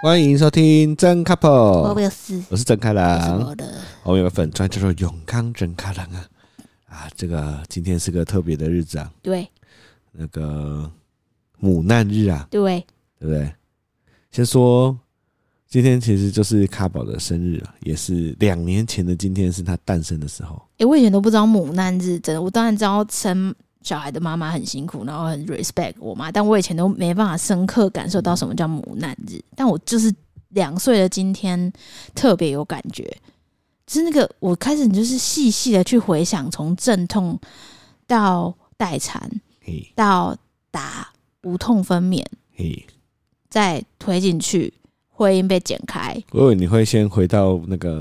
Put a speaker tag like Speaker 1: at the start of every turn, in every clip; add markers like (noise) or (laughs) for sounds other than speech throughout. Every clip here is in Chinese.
Speaker 1: 欢迎收听真 couple，
Speaker 2: 我有事，
Speaker 1: 我是郑开
Speaker 2: 什
Speaker 1: 朗
Speaker 2: 么，的？
Speaker 1: 我们有个粉专叫做永康郑开朗啊啊，这个今天是个特别的日子啊，
Speaker 2: 对
Speaker 1: 那个母难日啊，
Speaker 2: 对，
Speaker 1: 对不对？先说今天其实就是卡宝的生日啊，也是两年前的今天是他诞生的时候，
Speaker 2: 哎、我以前都不知道母难日真的，我当然知道生小孩的妈妈很辛苦，然后很 respect 我妈，但我以前都没办法深刻感受到什么叫母难日，但我就是两岁的今天特别有感觉，就是那个我开始就是细细的去回想，从阵痛到待产
Speaker 1: 嘿
Speaker 2: 到打无痛分娩，
Speaker 1: 嘿，
Speaker 2: 再推进去会阴被剪开，
Speaker 1: 我以为你会先回到那个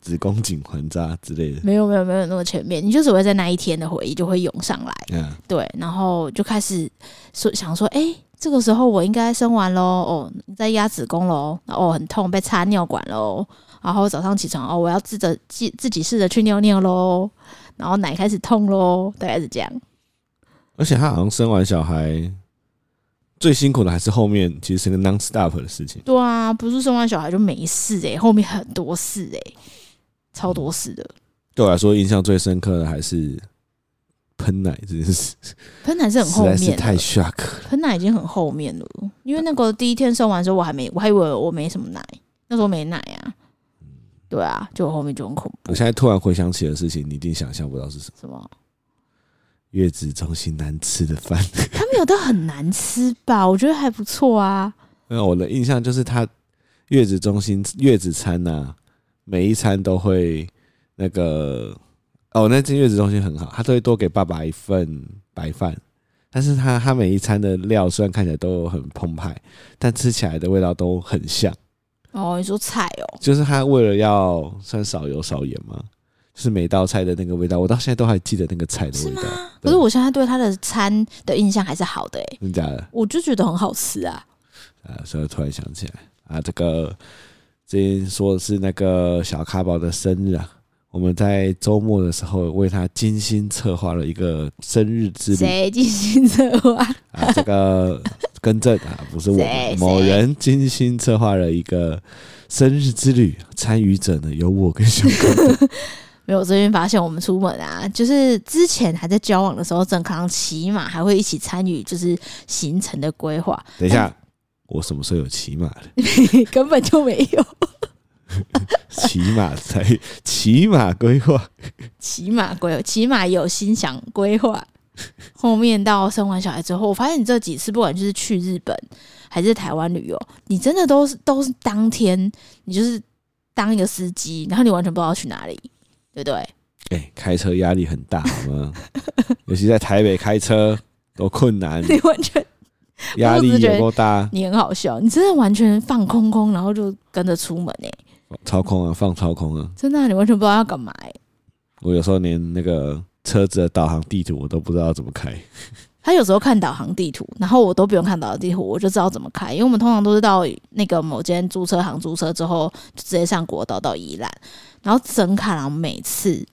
Speaker 1: 子宫颈环扎之类的， (laughs)
Speaker 2: 没有没有没有那么全面，你就只会在那一天的回忆就会涌上来，
Speaker 1: 嗯，
Speaker 2: 对，然后就开始说想说，哎、这个时候我应该生完喽，哦，在压子宫喽，哦，很痛，被插尿管喽，然后早上起床哦，我要自着自自己试着去尿尿喽，然后奶开始痛喽，大概是这样，
Speaker 1: 而且他好像生完小孩。最辛苦的还是后面，其实是个 non stop 的事情。
Speaker 2: 对啊，不是生完小孩就没事哎、后面很多事哎、超多事的，
Speaker 1: 对我来说，印象最深刻的还是喷奶这件事，
Speaker 2: 喷 (laughs) 奶是很
Speaker 1: 实
Speaker 2: 后
Speaker 1: 在是
Speaker 2: 面啊
Speaker 1: 太
Speaker 2: 的，
Speaker 1: shock 了。
Speaker 2: 喷奶已经很后面了，因为那个第一天生完的时候，我还没，我还以为我没什么奶，那时候没奶啊。对啊，就后面就很恐怖
Speaker 1: 我，现在突然回想起的事情，你一定想象不到是什么。
Speaker 2: 什么？
Speaker 1: 月子中心难吃的饭，
Speaker 2: 他们有的很难吃吧？我觉得还不错啊。
Speaker 1: 那我的印象就是他月子中心月子餐呐、每一餐都会那个哦，那间月子中心很好，他都会多给爸爸一份白饭，但是他他每一餐的料虽然看起来都很澎湃，但吃起来的味道都很像。
Speaker 2: 哦，你说菜哦，
Speaker 1: 就是他为了要算少油少盐嘛，就是每道菜的那个味道，我到现在都还记得那个菜的
Speaker 2: 是
Speaker 1: 味道
Speaker 2: 吗，？
Speaker 1: 对
Speaker 2: 可是我现在对他的餐的印象还是好的诶、欸
Speaker 1: 真的假的？
Speaker 2: 我就觉得很好吃啊。
Speaker 1: 啊，所以突然想起来啊，这个之前说的是那个小咖宝的生日啊，我们在周末的时候为他精心策划了一个生日之旅
Speaker 2: 谁精心策划？
Speaker 1: 啊，这
Speaker 2: (laughs)
Speaker 1: 个更正啊，不是我
Speaker 2: 谁
Speaker 1: 某
Speaker 2: 谁
Speaker 1: 人精心策划了一个生日之旅，参与者呢有我跟小咖
Speaker 2: (laughs)
Speaker 1: 宝。
Speaker 2: (laughs) 没有，我最近发现我们出门啊，就是之前还在交往的时候，郑康骑马还会一起参与，就是行程的规划。 (laughs)
Speaker 1: 等一下，我什么时候有骑马的？
Speaker 2: 根本就没有。
Speaker 1: 骑马才骑马规划，
Speaker 2: 骑马规，骑马有心想规划。后面到生完小孩之后，我发现你这几次不管就是去日本还是台湾旅游，你真的都是都是当天，你就是当一个司机，然后你完全不知道去哪里，对不对？
Speaker 1: 哎、开车压力很大，好
Speaker 2: (laughs)
Speaker 1: 吗？尤其在台北开车多困难，
Speaker 2: 你完全
Speaker 1: 压力有够大，
Speaker 2: 你很好笑，你真的完全放空空，然后就跟着出门哎、
Speaker 1: 操控啊，放操控啊！
Speaker 2: 真的啊、你完全不知道要干嘛哎、
Speaker 1: 我有时候连那个车子的导航地图我都不知道怎么开，
Speaker 2: 他有时候看导航地图，然后我都不用看导航地图，我就知道怎么开，因为我们通常都是到那个某间租车行租车之后，就直接上国道到宜兰。然后整卡郎每次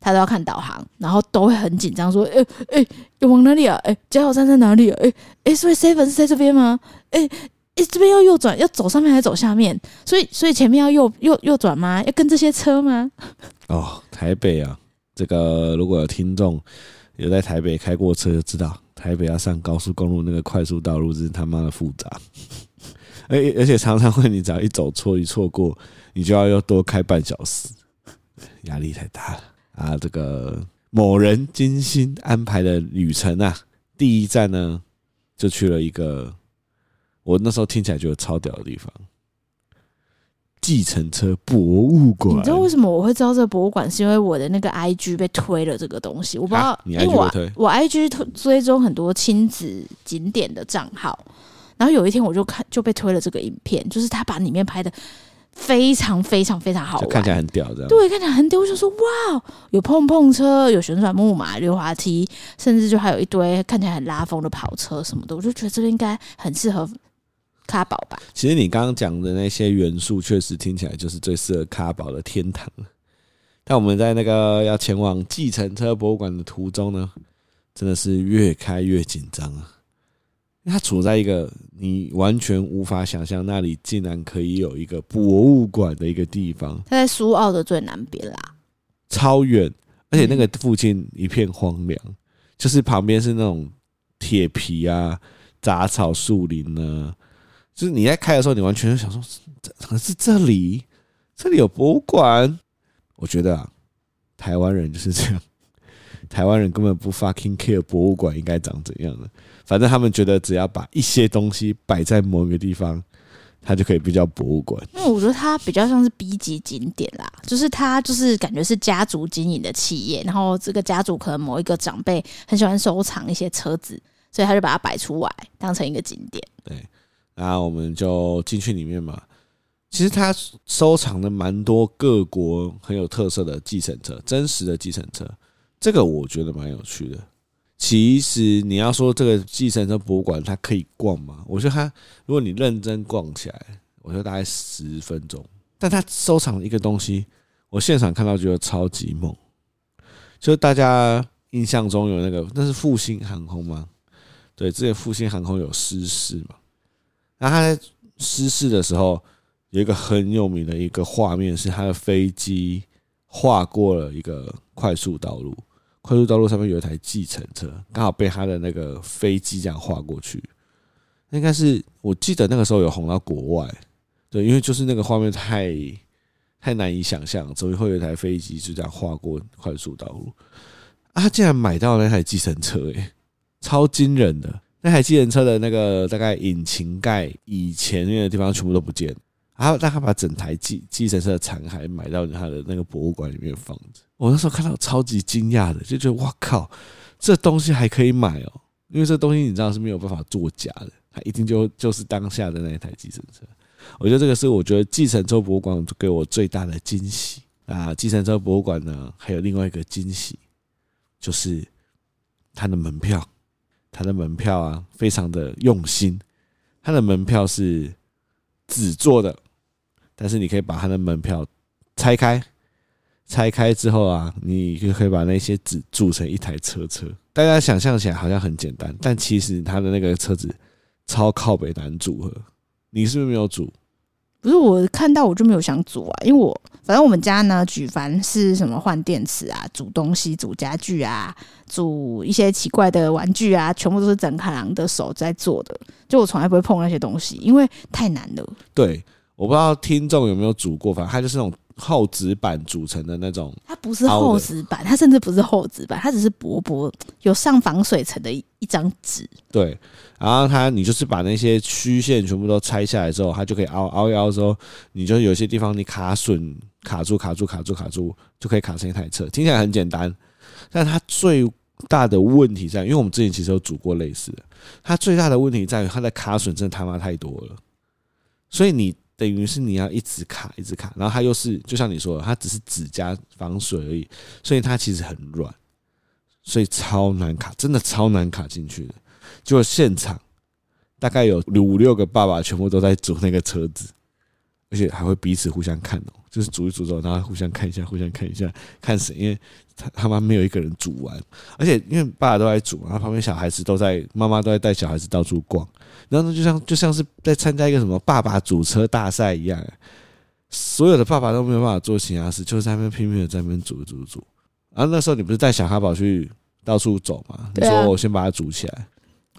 Speaker 2: 他都要看导航，然后都会很紧张，说：“哎、哎、往哪里啊？哎、加油站在哪里啊？哎、哎、所以 seven 是在这边吗？哎、哎、这边要右转，要走上面还是走下面？所以所以前面要右右右转吗？要跟这些车吗？
Speaker 1: 哦，台北啊，这个如果有听众有在台北开过车，就知道台北要上高速公路那个快速道路真是他妈的复杂，而而且常常会你只要一走错一错过，你就要又多开半小时，压力太大了啊！这个某人精心安排的旅程啊，第一站呢就去了一个我那时候听起来觉得超屌的地方。计程车博物馆，
Speaker 2: 你知道为什么我会知道这个博物馆？是因为我的那个 IG 被推了这个东西，我不知道，
Speaker 1: 啊你
Speaker 2: 因为
Speaker 1: IG
Speaker 2: 我
Speaker 1: 被推
Speaker 2: 我 IG 推追踪很多亲子景点的账号，然后有一天我就看就被推了这个影片，就是他把里面拍的非常非常非常好
Speaker 1: 就
Speaker 2: 玩，
Speaker 1: 看起来很屌，这样。
Speaker 2: 对，看起来很丢，我就说哇，有碰碰车，有旋转木马、溜滑梯，甚至就还有一堆看起来很拉风的跑车什么的，我就觉得这边应该很适合咖宝吧。
Speaker 1: 其实你刚刚讲的那些元素，确实听起来就是最适合卡宝的天堂了。但我们在那个要前往计程车博物馆的途中呢，真的是越开越紧张啊！因为它处在一个你完全无法想象那里竟然可以有一个博物馆的一个地方，
Speaker 2: 它在苏澳的最南边啦。
Speaker 1: 超远，而且那个附近一片荒凉，就是旁边是那种铁皮啊、杂草、树林啊，就是你在开的时候，你完全就想说，这这是这里，这里有博物馆。我觉得啊，台湾人就是这样， (laughs) 台湾人根本不 fucking care 博物馆应该长怎样的，反正他们觉得只要把一些东西摆在某一个地方，它就可以被叫博物馆。
Speaker 2: 因为我觉得它比较像是 B 级景点啦，就是它就是感觉是家族经营的企业，然后这个家族可能某一个长辈很喜欢收藏一些车子，所以他就把它摆出来当成一个景点。
Speaker 1: 那我们就进去里面嘛。其实他收藏了蛮多各国很有特色的计程车，真实的计程车，这个我觉得蛮有趣的。其实你要说这个计程车博物馆它可以逛吗？我觉得它，如果你认真逛起来，我觉得大概十分钟。但他收藏一个东西，我现场看到觉得超级猛，就是大家印象中有那个那是复兴航空吗？对，之前复兴航空有失事嘛，那他在失事的时候，有一个很有名的一个画面是他的飞机划过了一个快速道路，快速道路上面有一台计程车，刚好被他的那个飞机这样划过去。那应该是我记得那个时候有红到国外，对，因为就是那个画面太太难以想象，怎么会有一台飞机就这样划过快速道路？啊，他竟然买到那台计程车、欸，超惊人的！那台计程车的那个大概引擎盖以前那个地方全部都不见了，然后让他把整台计计程车的残骸埋到他的那个博物馆里面放着。我那时候看到超级惊讶的，就觉得哇靠，这东西还可以买哦！因为这东西你知道是没有办法作假的，它一定就就是当下的那一台计程车。我觉得这个是我觉得计程车博物馆给我最大的惊喜啊！计程车博物馆呢，还有另外一个惊喜，就是它的门票。它的门票啊，非常的用心。它的门票是纸做的，但是你可以把它的门票拆开，拆开之后啊，你就可以把那些纸铸成一台车车。大家想象起来好像很简单，但其实它的那个车子超靠北难组合。你是不是没有组？
Speaker 2: 不是我看到我就没有想煮啊，因为我反正我们家呢，举凡是什么换电池啊、煮东西、煮家具啊、煮一些奇怪的玩具啊，全部都是整卡郎的手在做的，就我从来不会碰那些东西，因为太难了。
Speaker 1: 对，我不知道听众有没有组过，反正它就是那种厚纸板组成的那种
Speaker 2: 它不是厚纸板，它甚至不是厚纸板，它只是薄薄有上防水层的一一张纸。
Speaker 1: 对，然后它你就是把那些虚线全部都拆下来之后，它就可以凹凹一凹之后，你就有些地方你卡损、卡住、卡住、卡住、卡住，就可以卡成一台车。听起来很简单，但它最大的问题在，因为我们之前其实有组过类似的，它最大的问题在于它的卡损真的他妈太多了，所以你。等于是你要一直卡，一直卡，然后它又是就像你说的，它只是纸加防水而已，所以它其实很软，所以超难卡，真的超难卡进去的。就现场大概有五六个爸爸全部都在组那个车子，而且还会彼此互相看哦、就是组一组之后，然后互相看一下，互相看一下，看谁，因为他他妈没有一个人组完，而且因为爸爸都在组嘛，然后旁边小孩子都在，妈妈都在带小孩子到处逛，然后就像就像是在参加一个什么爸爸组车大赛一样，所有的爸爸都没有办法做其他事，就是在那边拼命的在那边组组组。然后那时候你不是带小哈宝去到处走嘛？你
Speaker 2: 对啊
Speaker 1: 说我先把它组起来，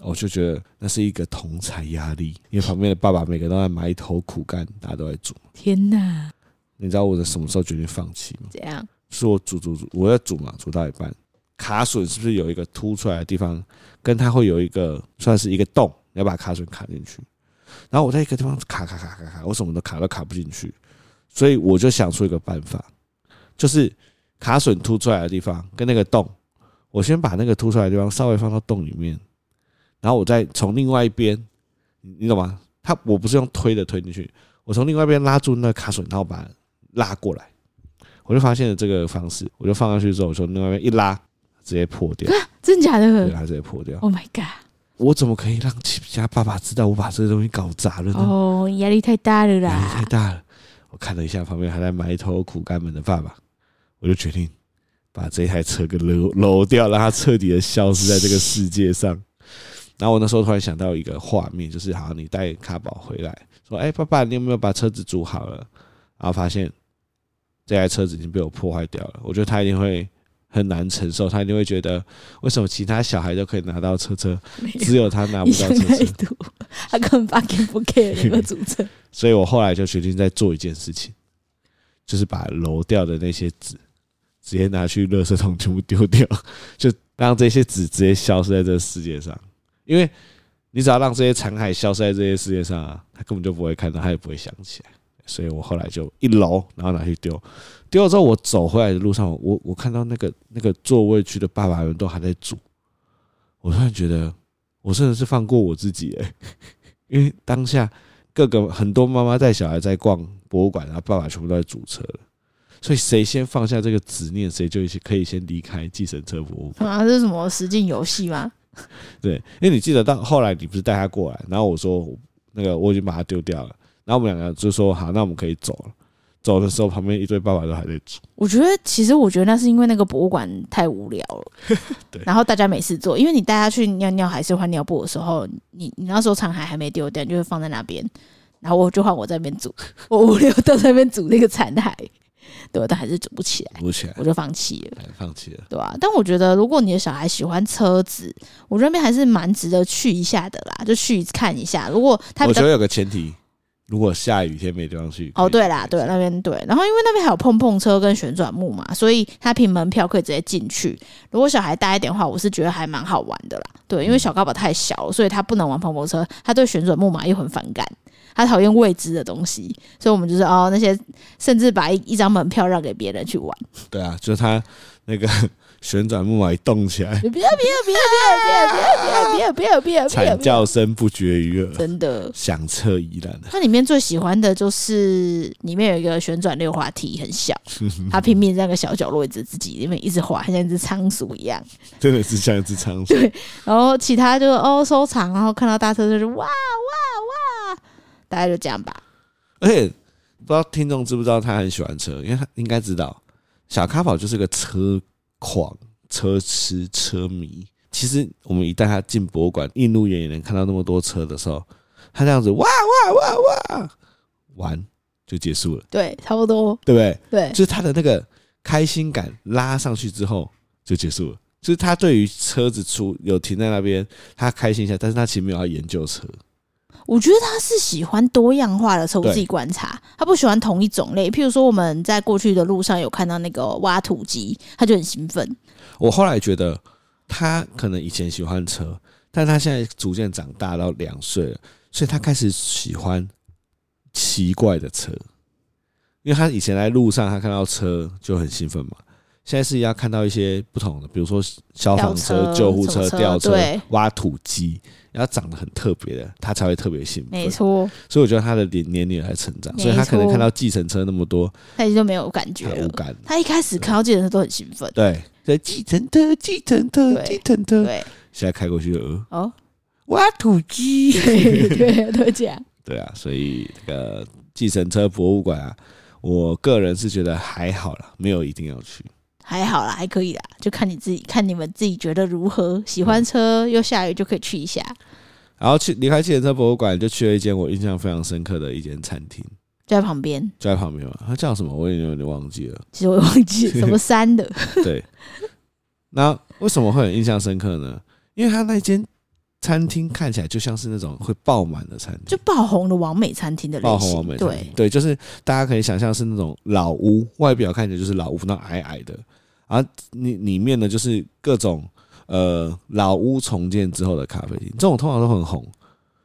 Speaker 1: 我就觉得那是一个同才压力，因为旁边的爸爸每个都在埋头苦干，大家都在组。
Speaker 2: 天哪，
Speaker 1: 你知道我在什么时候决定放弃吗？
Speaker 2: 这样
Speaker 1: 是我煮煮煮，我要煮嘛，煮到一半，卡榫是不是有一个凸出来的地方，跟它会有一个算是一个洞，你要把卡榫卡进去。然后我在一个地方卡卡卡卡卡，我什么都卡都卡不进去，所以我就想出一个办法，就是卡榫凸出来的地方跟那个洞，我先把那个凸出来的地方稍微放到洞里面，然后我再从另外一边，你你懂吗？它我不是用推的推进去，我从另外一边拉住那个卡榫，然后把它拉过来。我就发现了这个方式，我就放上去之后，我从另外一边一拉，直接破掉，
Speaker 2: 真假
Speaker 1: 对，啊
Speaker 2: 的
Speaker 1: 它直接破掉。
Speaker 2: ？Oh my god！
Speaker 1: 我怎么可以让其他爸爸知道我把这个东西搞砸了呢？
Speaker 2: 哦，压力太大了
Speaker 1: 压力
Speaker 2: 啦
Speaker 1: 啊太。大了。我看了一下旁边还在埋头苦干们的爸爸，我就决定把这台车给搂搂掉，让它彻底的消失在这个世界上。然后我那时候突然想到一个画面，就是好，你带卡宝回来，说：“哎、爸爸，你有没有把车子煮好了？”然后发现这台车子已经被我破坏掉了，我觉得他一定会很难承受，他一定会觉得为什么其他小孩都可以拿到车 (laughs) 车，只有他啊拿不
Speaker 2: (laughs) 一
Speaker 1: 到
Speaker 2: 样
Speaker 1: 车
Speaker 2: 态
Speaker 1: 车？
Speaker 2: 度，他根本 fucking 不 care 那个组
Speaker 1: (laughs)
Speaker 2: 成。
Speaker 1: 所以我后来就决定再做一件事情，就是把揉掉的那些纸直接拿去垃圾桶全部丢掉，就让这些纸直接消失在这个世界上。因为你只要让这些残骸消失在这些世界上啊，他根本就不会看到，他也不会想起来。所以我后来就一揉，然后拿去丢。丢了之后，我走回来的路上，我我看到那个那个座位区的爸爸们都还在煮，我突然觉得我真的是放过我自己、欸， (laughs) 因为当下各个很多妈妈带小孩在逛博物馆，然后爸爸全部都在煮车了，所以谁先放下这个执念，谁就可以先离开计程车博物馆。
Speaker 2: 啊，这是什么实境游戏吗？
Speaker 1: 对，因为你记得到后来你不是带他过来，然后我说我那个我已经把它丢掉了，然后我们两个就说好，那我们可以走了。走的时候旁边一堆爸爸都还在煮，
Speaker 2: 我觉得其实我觉得那是因为那个博物馆太无聊了，
Speaker 1: 对
Speaker 2: 然后大家没事做，因为你带他去尿尿还是换尿布的时候，你你那时候残骸还没丢掉，你就会放在那边，然后我就换我在那边煮， (laughs) 我无聊到在那边煮那个残骸，对，但还是煮不起来，
Speaker 1: 不起来，哎
Speaker 2: 我就放弃了。
Speaker 1: 放弃了。
Speaker 2: 对啊，但我觉得如果你的小孩喜欢车子，我觉得那边还是蛮值得去一下的啦，就去看一下。如果他比
Speaker 1: 我
Speaker 2: 较
Speaker 1: 觉得有个前提，如果下雨天没地方去，
Speaker 2: 哦，对啦，对，那边对，然后因为那边还有碰碰车跟旋转木马，所以他凭门票可以直接进去。如果小孩大一点的话，我是觉得还蛮好玩的啦。对，因为小高宝太小了，所以他不能玩碰碰车，他对旋转木马又很反感，他讨厌未知的东西，所以我们就是哦那些，甚至把一一张门票让给别人去玩，
Speaker 1: 对啊，就是他那个 (laughs) 旋转木马一动起
Speaker 2: (laughs)
Speaker 1: 来，
Speaker 2: 别别别别别别别别别别别
Speaker 1: 惨叫声不绝于耳，
Speaker 2: 真的。
Speaker 1: 响彻宜兰的。
Speaker 2: (laughs) 它里面最喜欢的就是里面有一个旋转溜滑梯，很小，它拼命在那个小角落一直自己里面一直滑，像一只仓鼠一样。
Speaker 1: 真的是像一只仓鼠。
Speaker 2: 然后其他就哦收藏，然后看到大车就是哇哇哇，大概就这样吧。
Speaker 1: 而且不知道听众知不知道他很喜欢车，因为他应该知道小咖宝就是个车狂、车痴、车迷。其实我们一带他进博物馆，映入眼也能看到那么多车的时候，他这样子哇哇哇哇，完就结束了，
Speaker 2: 对，差不多。
Speaker 1: 对不对？
Speaker 2: 对
Speaker 1: 就，是他的那个开心感拉上去之后就结束了。就是他对于车子出有停在那边，他开心一下，但是他其实没有要研究车。
Speaker 2: 我觉得他是喜欢多样化的车，我
Speaker 1: 对
Speaker 2: 自己观察，他不喜欢同一种类。譬如说，我们在过去的路上有看到那个挖土机，他就很兴奋。
Speaker 1: 我后来觉得，他可能以前喜欢车，但他现在逐渐长大到两岁了，所以他开始喜欢奇怪的车。因为他以前在路上，他看到车就很兴奋嘛。现在是要看到一些不同的，比如说消防
Speaker 2: 吊车
Speaker 1: 救护车
Speaker 2: 什、么车
Speaker 1: 吊车
Speaker 2: 对、
Speaker 1: 挖土机，然后长得很特别的，他才会特别兴奋。
Speaker 2: 没，错，
Speaker 1: 所以我觉得他的年年龄在成长，
Speaker 2: 没
Speaker 1: 所以他可能
Speaker 2: 错
Speaker 1: 看到计程车那么多，
Speaker 2: 他已经没有感觉
Speaker 1: 他无
Speaker 2: 了。
Speaker 1: 感。
Speaker 2: 他一开始看到计程车都很兴奋。
Speaker 1: 对，在计程车、计程车、
Speaker 2: 对
Speaker 1: 计程车，
Speaker 2: 对，
Speaker 1: 现在开过去就呃
Speaker 2: 哦，
Speaker 1: 挖土机。
Speaker 2: 对对，都这样。
Speaker 1: (laughs) 对啊，所以这个计程车博物馆啊，我个人是觉得还好啦，没有一定要去。
Speaker 2: 还好啦，还可以啦，就看你自己，看你们自己觉得如何。喜欢车又下雨就可以去一下，
Speaker 1: 然后去离开计程车博物馆，就去了一间我印象非常深刻的一间餐厅，
Speaker 2: 就在旁边。
Speaker 1: 就在旁边嘛。它叫什么？我也有点忘记 (laughs) 了。
Speaker 2: 其实我也忘记什么山的，
Speaker 1: 对，那为什么会很印象深刻呢？因为它那间餐厅看起来就像是那种会爆满的餐厅
Speaker 2: 就，爆红的完美餐厅的类型。
Speaker 1: 爆红完美餐厅
Speaker 2: 对，
Speaker 1: 对，就是大家可以想象是那种老屋，外表看起来就是老屋，那矮矮的，啊，里里面呢就是各种呃老屋重建之后的咖啡厅，这种通常都很红，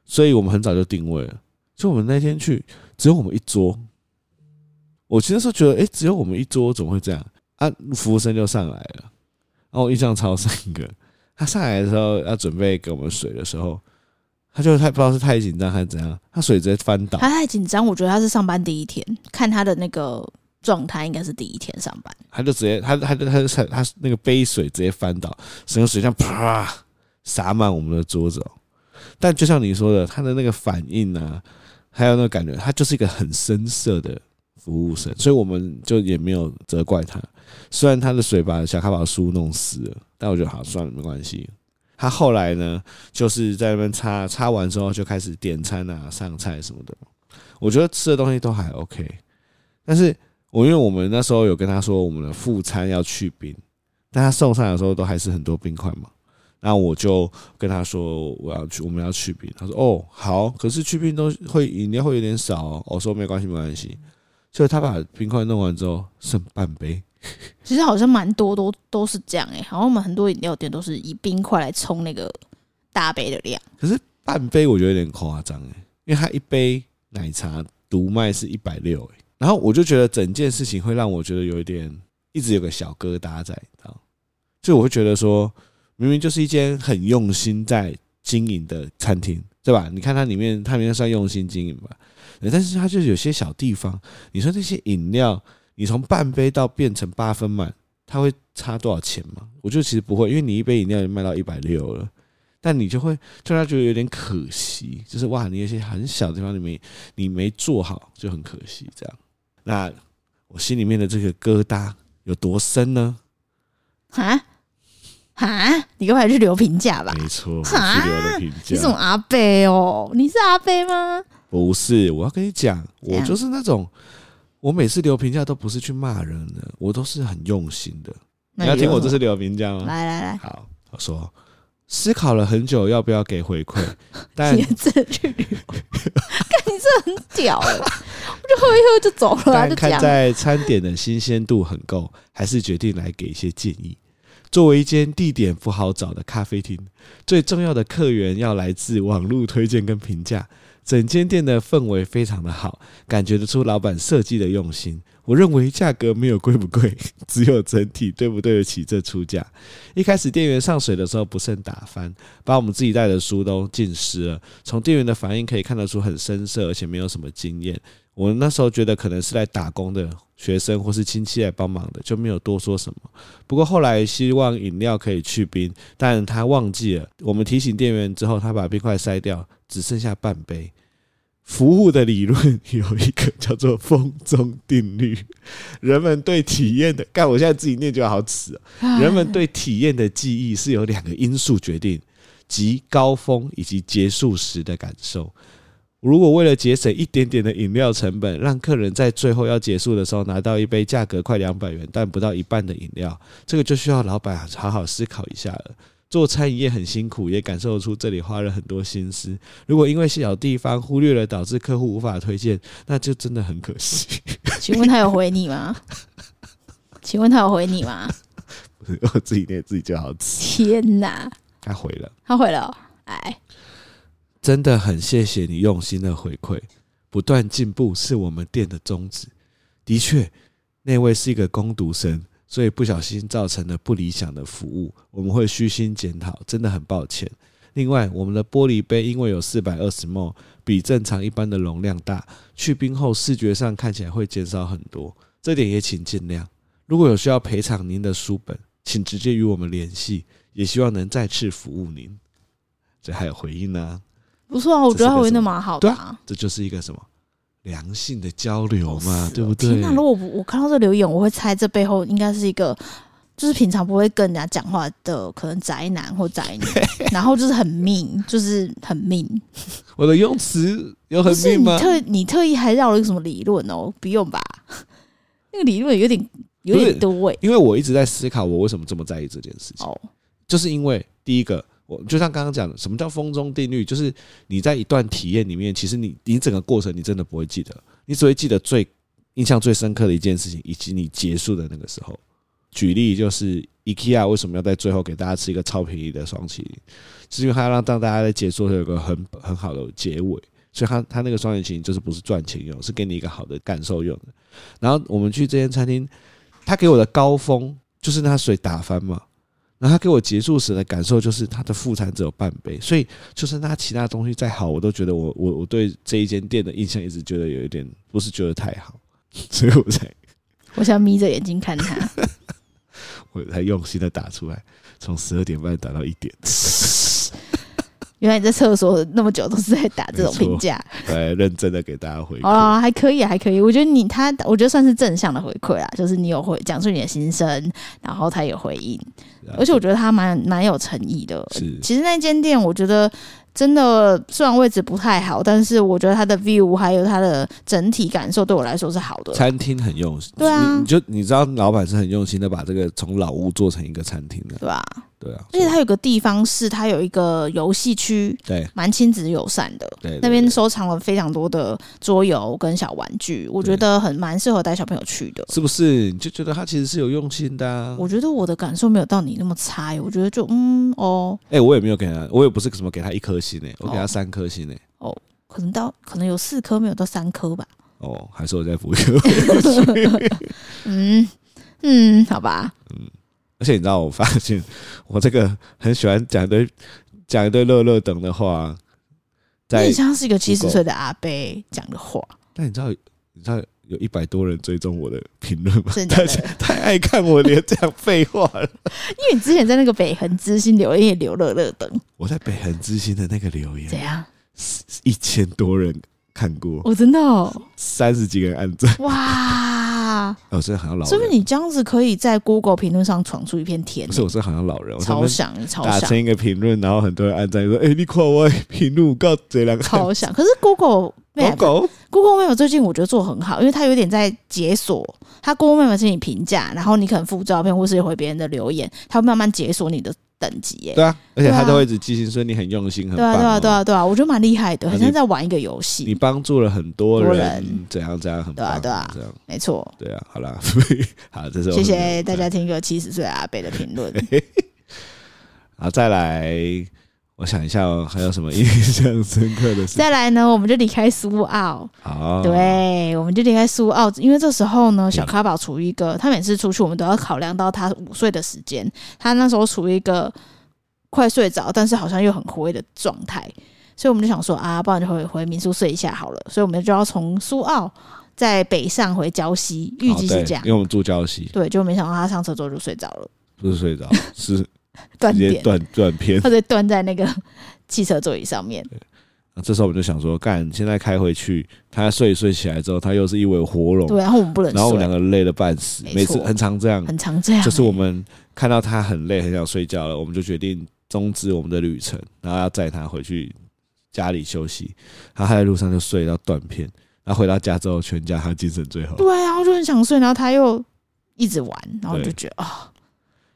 Speaker 1: 所以我们很早就定位了。就我们那天去，只有我们一桌，我其实是觉得，诶，只有我们一桌，怎么会这样？啊，服务生就上来了，然后我印象超深刻。他上来的时候要准备给我们水的时候，他就太不知道是太紧张还是怎样，他水直接翻倒。
Speaker 2: 他太紧张，我觉得他是上班第一天，看他的那个状态，应该是第一天上班。
Speaker 1: 他就直接他他他他他那个杯水直接翻倒，整个水这样啪洒满我们的桌子哦。但就像你说的，他的那个反应啊，还有那个感觉，他就是一个很生涩的服务生，所以我们就也没有责怪他。虽然他的水把小卡把书弄湿了，但我觉得好算了，没关系。他后来呢，就是在那边擦擦完之后就开始点餐啊、上菜什么的。我觉得吃的东西都还 OK，但是我因为我们那时候有跟他说我们的副餐要去冰，但他送上来的时候都还是很多冰块嘛。那我就跟他说我要去，我们要去冰。他说哦好，可是去冰都会饮料会有点少、哦。我说没关系没关系。就他把冰块弄完之后剩半杯，
Speaker 2: 其实好像蛮多都都是这样哎、好像我们很多饮料店都是以冰块来冲那个大杯的量，
Speaker 1: 半杯我觉得有点夸张哎，因为他一杯奶茶独卖是一百六哎，然后我就觉得整件事情会让我觉得有一点一直有个小疙瘩在，你知道吗？就我会觉得说，明明就是一间很用心在经营的餐厅，对吧？你看它里面，它里面算用心经营吧，对但是它就是有些小地方，你说那些饮料，你从半杯到变成八分满，它会差多少钱吗？我觉得其实不会，因为你一杯饮料就卖到一百六了。但你就会就让他觉得有点可惜，就是哇，你有些很小的地方你没你没做好，就很可惜这样。那我心里面的这个疙瘩有多深呢？
Speaker 2: 哈哈，你该不会还去留评价吧？
Speaker 1: 没错，我
Speaker 2: 啊
Speaker 1: 去留了评
Speaker 2: 你怎么
Speaker 1: 价。
Speaker 2: 阿贝哦？你是阿贝吗？
Speaker 1: 不是，我要跟你讲，
Speaker 2: 怎
Speaker 1: 我
Speaker 2: 样
Speaker 1: 就是那种，我每次留评价都不是去骂人的，我都是很用心的。
Speaker 2: 那
Speaker 1: 你要听我
Speaker 2: 就
Speaker 1: 这次留评价吗？
Speaker 2: 来来来，
Speaker 1: 好，我说思考了很久要不要给回
Speaker 2: (laughs)
Speaker 1: 馈，但
Speaker 2: 你这去旅游，看你这很屌哎、 (laughs) 我就喝一喝就走 (laughs)
Speaker 1: (laughs)
Speaker 2: 了、啊，
Speaker 1: 但
Speaker 2: 就这
Speaker 1: 看
Speaker 2: 样。
Speaker 1: 在餐点的新鲜度很够，还是决定来给一些建议。作为一间地点不好找的咖啡厅，最重要的客源要来自网络推荐跟评价。整间店的氛围非常的好，感觉得出老板设计的用心。我认为价格没有贵不贵， (laughs) 只有整体对不对得起这出价。一开始店员上水的时候不慎打翻，把我们自己带的书都浸湿了。从店员的反应可以看得出很生涩，而且没有什么经验。我那时候觉得可能是来打工的学生或是亲戚来帮忙的，就没有多说什么。不过后来希望饮料可以去冰，但他忘记了。我们提醒店员之后，他把冰块塞掉，只剩下半杯。服务的理论有一个叫做“风中定律”，人们对体验的……干，我现在自己念觉得好耻哦、人们对体验的记忆是由两个因素决定，即高峰以及结束时的感受。如果为了节省一点点的饮料成本，让客人在最后要结束的时候拿到一杯价格快两百元但不到一半的饮料，这个就需要老板好好思考一下了。做餐饮业很辛苦，也感受得出这里花了很多心思。如果因为小地方忽略了，导致客户无法推荐，那就真的很可惜。
Speaker 2: 请问他有回你吗？请问他有回你吗？
Speaker 1: 我 (laughs) 自己念自己就好吃，
Speaker 2: 天哪，
Speaker 1: 他回了。
Speaker 2: 他回了哦、哎，
Speaker 1: 真的很谢谢你用心的回馈，不断进步是我们店的宗旨。的确，那位是一个攻读生，所以不小心造成了不理想的服务，我们会虚心检讨，真的很抱歉。另外，我们的玻璃杯因为有四百二十 ml，比正常一般的容量大，去冰后视觉上看起来会减少很多，这点也请见谅。如果有需要赔偿您的书本，请直接与我们联系，也希望能再次服务您。这还有回应呢、
Speaker 2: 不错啊，我觉得他回的蛮好的、啊
Speaker 1: 这就是一个什么良性的交流嘛，对不
Speaker 2: 哦啊天
Speaker 1: 对
Speaker 2: 哪！？如果我不我看到这留言，我会猜这背后应该是一个，就是平常不会跟人家讲话的，可能宅男或宅
Speaker 1: (laughs)
Speaker 2: 女，然后就是很命，就是很命。
Speaker 1: 我的用词有很
Speaker 2: 不是
Speaker 1: 密
Speaker 2: 你
Speaker 1: 吗？
Speaker 2: 特你特意还绕了一个什么理论哦？不用吧， (laughs) 那个理论有点有
Speaker 1: 不
Speaker 2: 点
Speaker 1: 是
Speaker 2: 多哎、
Speaker 1: 因为我一直在思考，我为什么这么在意这件事情，
Speaker 2: 哦，
Speaker 1: 就是因为第一个。我就像刚刚讲的，什么叫风中定律？就是你在一段体验里面，其实你你整个过程你真的不会记得，你只会记得最印象最深刻的一件事情，以及你结束的那个时候。举例就是 IKEA 为什么要在最后给大家吃一个超便宜的双淇淋，是因为它要让让大家在结束的时候有个很很好的结尾，所以它它那个双淇淋就是不是赚钱用，是给你一个好的感受用的。然后我们去这间餐厅，它给我的高峰就是那水打翻嘛。然后它给我结束时的感受就是它的副餐只有半杯，所以就是它其他东西再好，我都觉得我我我对这一间店的印象一直觉得有一点不是觉得太好， (laughs) 所以我才
Speaker 2: 我想眯着眼睛
Speaker 1: (laughs)
Speaker 2: 看他，
Speaker 1: (laughs) 我才用心的打出来，从十二点半打到一点。
Speaker 2: 原来你在厕所那么久都是在打这种
Speaker 1: 没错
Speaker 2: 评价。
Speaker 1: 来认真的给大家回
Speaker 2: 好
Speaker 1: 馈。
Speaker 2: 啦，还可以啊，还可以。我觉得你他，我觉得算是正向的回馈啦，就是你有回讲出你的心声，然后他有回应，而且我觉得他蛮蛮有诚意的。
Speaker 1: 是
Speaker 2: 其实那间店，我觉得真的虽然位置不太好，但是我觉得它的 view 还有它的整体感受对我来说是好的。
Speaker 1: 餐厅很用心，
Speaker 2: 对啊
Speaker 1: 你你就你知道老板是很用心的把这个从老屋做成一个餐厅的，
Speaker 2: 对吧、
Speaker 1: 对啊，
Speaker 2: 而且它有个地方是它有一个游戏区，
Speaker 1: 对
Speaker 2: 蛮亲子友善的。
Speaker 1: 对对
Speaker 2: 那边
Speaker 1: 对
Speaker 2: 收藏了非常多的桌游跟小玩具，我觉得很蛮适合带小朋友去的。
Speaker 1: 是不是你就觉得他其实是有用心的、啊？
Speaker 2: 我觉得我的感受没有到你那么差耶，我觉得就嗯哦，
Speaker 1: 哎、我也没有给他，我也不是什么给他一颗星诶、我给他
Speaker 2: 哦
Speaker 1: 三颗星诶、
Speaker 2: 可能到可能有四颗，没有到三颗
Speaker 1: (laughs)
Speaker 2: 吧。
Speaker 1: 哦，还是我在服务。
Speaker 2: 嗯嗯，好吧，
Speaker 1: (laughs) 而且你知道，我发现我这个很喜欢讲一堆讲一堆乐乐等的话，
Speaker 2: 那
Speaker 1: 在
Speaker 2: 你像是一个七十
Speaker 1: Google
Speaker 2: 岁的阿伯讲的
Speaker 1: (laughs)
Speaker 2: 话，
Speaker 1: 但你知道你知道有一百多人追踪我的评论吗？
Speaker 2: 真的
Speaker 1: 大
Speaker 2: 假
Speaker 1: 家
Speaker 2: 的。
Speaker 1: 太爱看我连这样废话
Speaker 2: (laughs)
Speaker 1: 了。
Speaker 2: 因为你之前在那个北横之星留言也留乐乐等，
Speaker 1: 我在北横之星的那个留
Speaker 2: 怎
Speaker 1: 言，
Speaker 2: 样？
Speaker 1: 一千多人看过，
Speaker 2: 我、真的、哦、
Speaker 1: 三十几个人按赞。
Speaker 2: 哇，
Speaker 1: 哦，我真的好像老
Speaker 2: 是不是
Speaker 1: 人，
Speaker 2: 你这样子可以在 Google 评论上闯出一片天
Speaker 1: 不？是，我真的好像老人。我
Speaker 2: 超
Speaker 1: 们
Speaker 2: 想，你超
Speaker 1: 打
Speaker 2: 想 (laughs)
Speaker 1: 成，一个评论，然后很多人按赞说：“哎、你看我的评论，告这两个
Speaker 2: 超想。可是 Google
Speaker 1: 狗
Speaker 2: Map
Speaker 1: 狗。
Speaker 2: Google Map 最近我觉得做得很好，因为它有点在解锁，它 Google Map 是你评价，然后你可能附照片或是回别人的留言，它会慢慢解锁你的等级耶。
Speaker 1: 对啊，而且他
Speaker 2: 对啊
Speaker 1: 都会一直记心说你很用心，很
Speaker 2: 对
Speaker 1: 棒、
Speaker 2: 啊，
Speaker 1: 哦。
Speaker 2: 对啊，对啊，对啊，我觉得蛮厉害的，
Speaker 1: 啊
Speaker 2: 很像
Speaker 1: 你
Speaker 2: 在玩一个游
Speaker 1: 你
Speaker 2: 戏。
Speaker 1: 帮助了很多
Speaker 2: 多
Speaker 1: 人，
Speaker 2: 人
Speaker 1: 怎样怎样，很
Speaker 2: 对啊
Speaker 1: 棒，
Speaker 2: 对啊
Speaker 1: 这样
Speaker 2: 没错，
Speaker 1: 对啊，好啦， (laughs) 好，这是我
Speaker 2: 谢
Speaker 1: 们
Speaker 2: 谢
Speaker 1: 的
Speaker 2: 大家听一个七十岁阿伯的评
Speaker 1: (laughs)
Speaker 2: 论。
Speaker 1: 好，再来，我想一下、哦，还有什么印象深刻
Speaker 2: (laughs)
Speaker 1: 的事？
Speaker 2: 再来呢，我们就离开苏澳，
Speaker 1: 好，，
Speaker 2: 对，我们就离开苏澳，因为这时候呢，
Speaker 1: 嗯
Speaker 2: 小咖宝处于一个，他每次出去，我们都要考量到他午睡的时间，他那时候处于一个快睡着，但是好像又很活跃的状态，所以我们就想说啊，不然就回回民宿睡一下好了，所以我们就要从苏澳在北上回礁溪，预计是
Speaker 1: 对
Speaker 2: 这样
Speaker 1: 因，为我们住礁溪，
Speaker 2: 对，就没想到他上车之后就睡着了，
Speaker 1: 不是睡着，是
Speaker 2: (laughs) 断
Speaker 1: 直接
Speaker 2: 点，
Speaker 1: 断断
Speaker 2: (laughs)
Speaker 1: 片。
Speaker 2: 他就断在那个
Speaker 1: 哦
Speaker 2: 汽车座椅上面，
Speaker 1: 这时候我们就想说，干，现在开回去，他睡一睡起来之后，他又是一尾活龙，
Speaker 2: 对，然后我们不能
Speaker 1: 然后我们两
Speaker 2: 睡，
Speaker 1: 个累得半死，
Speaker 2: 没
Speaker 1: 每次
Speaker 2: 错
Speaker 1: 很常这样，
Speaker 2: 很常这样欸、
Speaker 1: 就是我们看到他很累，很想睡觉了，我们就决定终止我们的旅程，然后要载他回去家里休息。然后他在路上就睡到断片，然后回到家之后，全家他精神最好。
Speaker 2: 对啊，我就很想睡，然后他又一直玩，然后我就
Speaker 1: 对
Speaker 2: 觉得啊、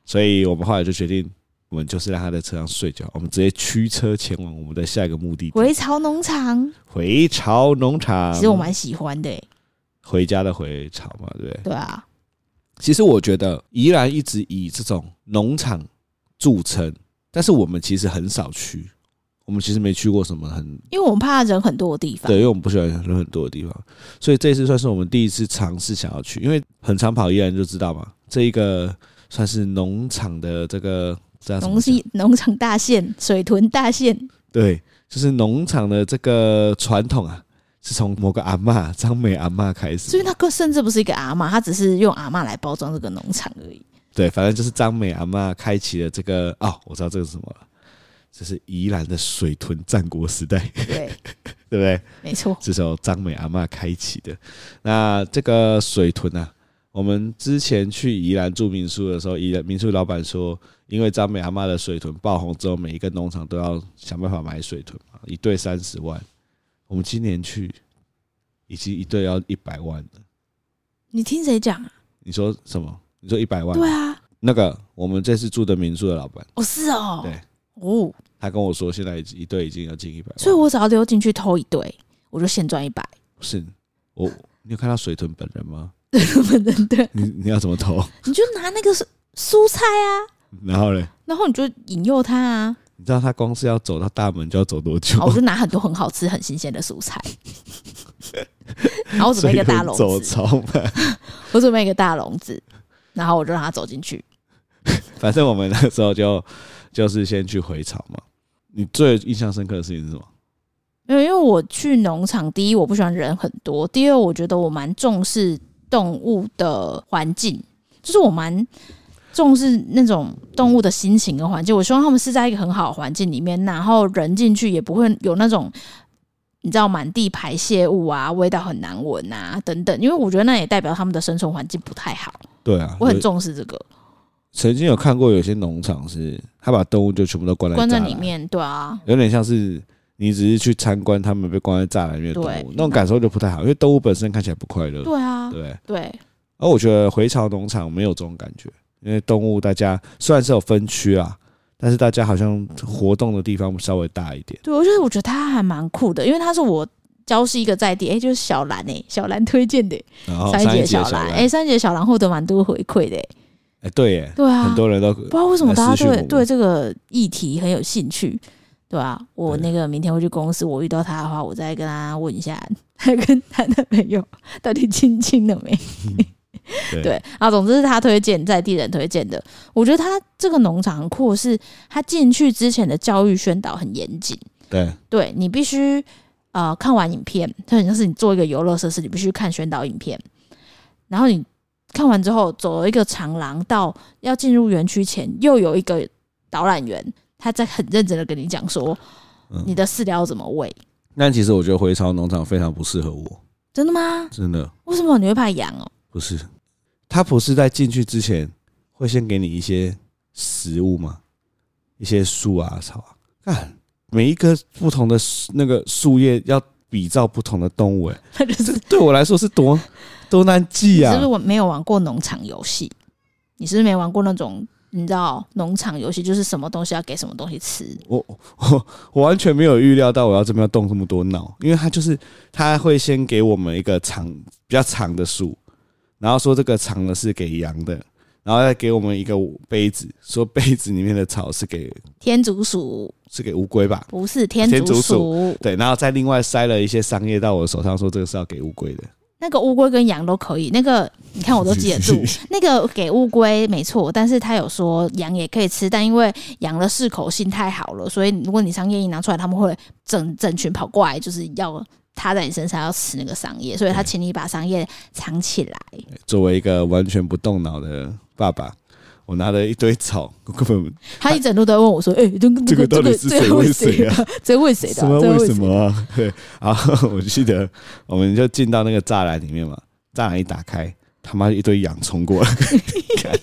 Speaker 1: 所以我们后来就决定，我们就是让他在车上睡觉，我们直接驱车前往我们的下一个目的地
Speaker 2: 回潮农场，
Speaker 1: ——回潮农场。
Speaker 2: 其实我蛮喜欢的、欸，
Speaker 1: 回家的回潮嘛，对不对？
Speaker 2: 对啊，
Speaker 1: 其实我觉得宜兰一直以这种农场著称，但是我们其实很少去，我们其实没去过什么很
Speaker 2: 因为我们怕人很多的地方
Speaker 1: 对，，因为我们不喜欢人很多的地方，所以这次算是我们第一次尝试想要去，因为很常跑宜兰就知道嘛，这一个算是农场的这个这叫什么啊
Speaker 2: 农系农场大县、水豚大县，
Speaker 1: 对，就是农场的这个传统啊，是从某个阿嬷张美阿嬷开始的，
Speaker 2: 所以那个甚至不是一个阿嬷，他只是用阿嬷来包装这个农场而已。
Speaker 1: 对，反正就是张美阿嬷开启了这个哦，我知道这个是什么了，这是宜兰的水豚战国时代， (laughs)
Speaker 2: 对，
Speaker 1: 对不对？
Speaker 2: 没错，
Speaker 1: 这是由张美阿嬷开启的。那这个水豚啊，我们之前去宜兰住民宿的时候，宜兰民宿老板说，因为张美阿嬷的水豚爆红之后，每一个农场都要想办法买水豚嘛，一对三十万。我们今年去，已经一对要一百万了。
Speaker 2: 你听谁讲啊？
Speaker 1: 你说什么？你说一百万？
Speaker 2: 对啊，
Speaker 1: 那个我们这次住的民宿的老板，
Speaker 2: 哦是哦，
Speaker 1: 对，
Speaker 2: 哦，
Speaker 1: 他跟我说，现在已经一对已经要近一百万。
Speaker 2: 所以我只要溜进去偷一对，我就现赚一百。 (laughs)
Speaker 1: 是我，你有看到水豚本人吗？
Speaker 2: 对对对，
Speaker 1: 你你要怎么投？ (laughs)
Speaker 2: 你就拿那个蔬蔬菜啊，
Speaker 1: 然后嘞？
Speaker 2: 然后你就引诱他啊。
Speaker 1: 你知道他光是要走到大门就要走多久？
Speaker 2: 好，哦我就拿很多很好吃、很新鲜的
Speaker 1: (laughs)
Speaker 2: 蔬菜，然后我准备一个大笼
Speaker 1: 所以走
Speaker 2: 子，
Speaker 1: 超慢。
Speaker 2: 我准备一个大笼子，然后我就让它走进去。
Speaker 1: 反正我们那时候就就是先去回潮嘛。你最印象深刻的事情是什么？
Speaker 2: 没有，因为我去农场，第一我不喜欢人很多，第二我觉得我蛮重视动物的环境，就是我蛮重视那种动物的心情跟环境。我希望他们是在一个很好的环境里面，然后人进去也不会有那种你知道满地排泄物啊，味道很难闻啊等等。因为我觉得那也代表他们的生存环境不太好。
Speaker 1: 对啊，
Speaker 2: 我很
Speaker 1: 有
Speaker 2: 重视这个，
Speaker 1: 曾经有看过有些农场是，他把动物就全部都关在
Speaker 2: 关在
Speaker 1: 栅
Speaker 2: 里
Speaker 1: 栏，
Speaker 2: 面，对啊，
Speaker 1: 有点像是你只是去参观他们被关在栅栏里面的动
Speaker 2: 对
Speaker 1: 物，那种感受就不太好，因为动物本身看起来不快乐。
Speaker 2: 对啊，
Speaker 1: 对，
Speaker 2: 对，
Speaker 1: 而我觉得回潮农场没有这种感觉，因为动物大家虽然是有分区啊，但是大家好像活动的地方稍微大一点。
Speaker 2: 对，我觉得我觉得他还蛮酷的，因为他是我礁溪一个在地，哎、就是小兰哎、小兰推荐的、
Speaker 1: 然后
Speaker 2: 三
Speaker 1: 上一
Speaker 2: 姐
Speaker 1: 节
Speaker 2: 小
Speaker 1: 小
Speaker 2: 兰，哎、
Speaker 1: 哎、
Speaker 2: 三姐小兰获得蛮多回馈的、欸，
Speaker 1: 对耶，
Speaker 2: 对啊，
Speaker 1: 很多人都
Speaker 2: 不知道为什么大
Speaker 1: 私
Speaker 2: 家
Speaker 1: 讯
Speaker 2: 对
Speaker 1: 我
Speaker 2: 对这个议题很有兴趣，对啊，我
Speaker 1: 对
Speaker 2: 那个明天回去公司，我遇到他的话，我再跟他 (laughs) 问一下，他跟他的朋友到底亲亲了没？
Speaker 1: (laughs) 对
Speaker 2: 对，啊，总之是他推荐，在地人推荐的。我觉得他这个农场很酷，是他进去之前的教育宣导很严谨，
Speaker 1: 对
Speaker 2: 对你必须呃看完影片，就很像是你做一个游乐设施，你必须看宣导影片，然后你看完之后走了一个长廊，到要进入园区前，又有一个导览员，他在很认真的跟你讲说
Speaker 1: 嗯
Speaker 2: 你的饲料要怎么喂。
Speaker 1: 但其实我觉得回潮农场非常不适合我，
Speaker 2: 真的吗？
Speaker 1: 真的
Speaker 2: 为什么你会怕羊哦？
Speaker 1: 不是。他不是在进去之前会先给你一些食物吗？一些树啊、草啊，看每一个不同的树那个树叶要比照不同的动物、哎，
Speaker 2: 他就是啊
Speaker 1: 这对我来说是
Speaker 2: (laughs)
Speaker 1: 多多难记
Speaker 2: 你
Speaker 1: 啊！
Speaker 2: 是不是我没有玩过农场游戏？你是不是没玩过那种你知道农场游戏就是什么东西要给什么东西吃？
Speaker 1: 我我我完全没有预料到我要这边要动这么多脑，因为他就是他会先给我们一个长比较长的树，然后说这个长的是给羊的，然后再给我们一个杯子，说杯子里面的草是给
Speaker 2: 天竺鼠
Speaker 1: 是给乌龟吧？
Speaker 2: 不是天
Speaker 1: 天竺
Speaker 2: 鼠
Speaker 1: 对，然后再另外塞了一些桑叶到我手上，说这个是要给乌龟的。
Speaker 2: 那个乌龟跟羊都可以，那个你看我都
Speaker 1: (laughs)
Speaker 2: 记得住。那个给乌龟没错，但是他有说羊也可以吃，但因为羊的适口性太好了，所以如果你桑叶一拿出来，他们会整整群跑过来，就是要趴在你身上要吃那个桑叶，所以他请你把桑叶藏起来。
Speaker 1: 作为一个完全不动脑的爸爸，我拿了一堆草，我根本
Speaker 2: 他一整路都在问我说：“哎、这个
Speaker 1: 这个到
Speaker 2: 这
Speaker 1: 底
Speaker 2: 个
Speaker 1: 是
Speaker 2: 这
Speaker 1: 谁
Speaker 2: 个
Speaker 1: 喂
Speaker 2: 喂
Speaker 1: 谁
Speaker 2: 谁
Speaker 1: 啊？
Speaker 2: (laughs) 这个喂谁的
Speaker 1: 什
Speaker 2: 啊？
Speaker 1: 么
Speaker 2: 这个
Speaker 1: 为
Speaker 2: 喂
Speaker 1: 什
Speaker 2: 谁
Speaker 1: 么啊？ (laughs) 对，然后我记得我们就进到那个栅栏里面嘛，栅栏一打开，他妈一堆羊冲 (laughs) 过来。看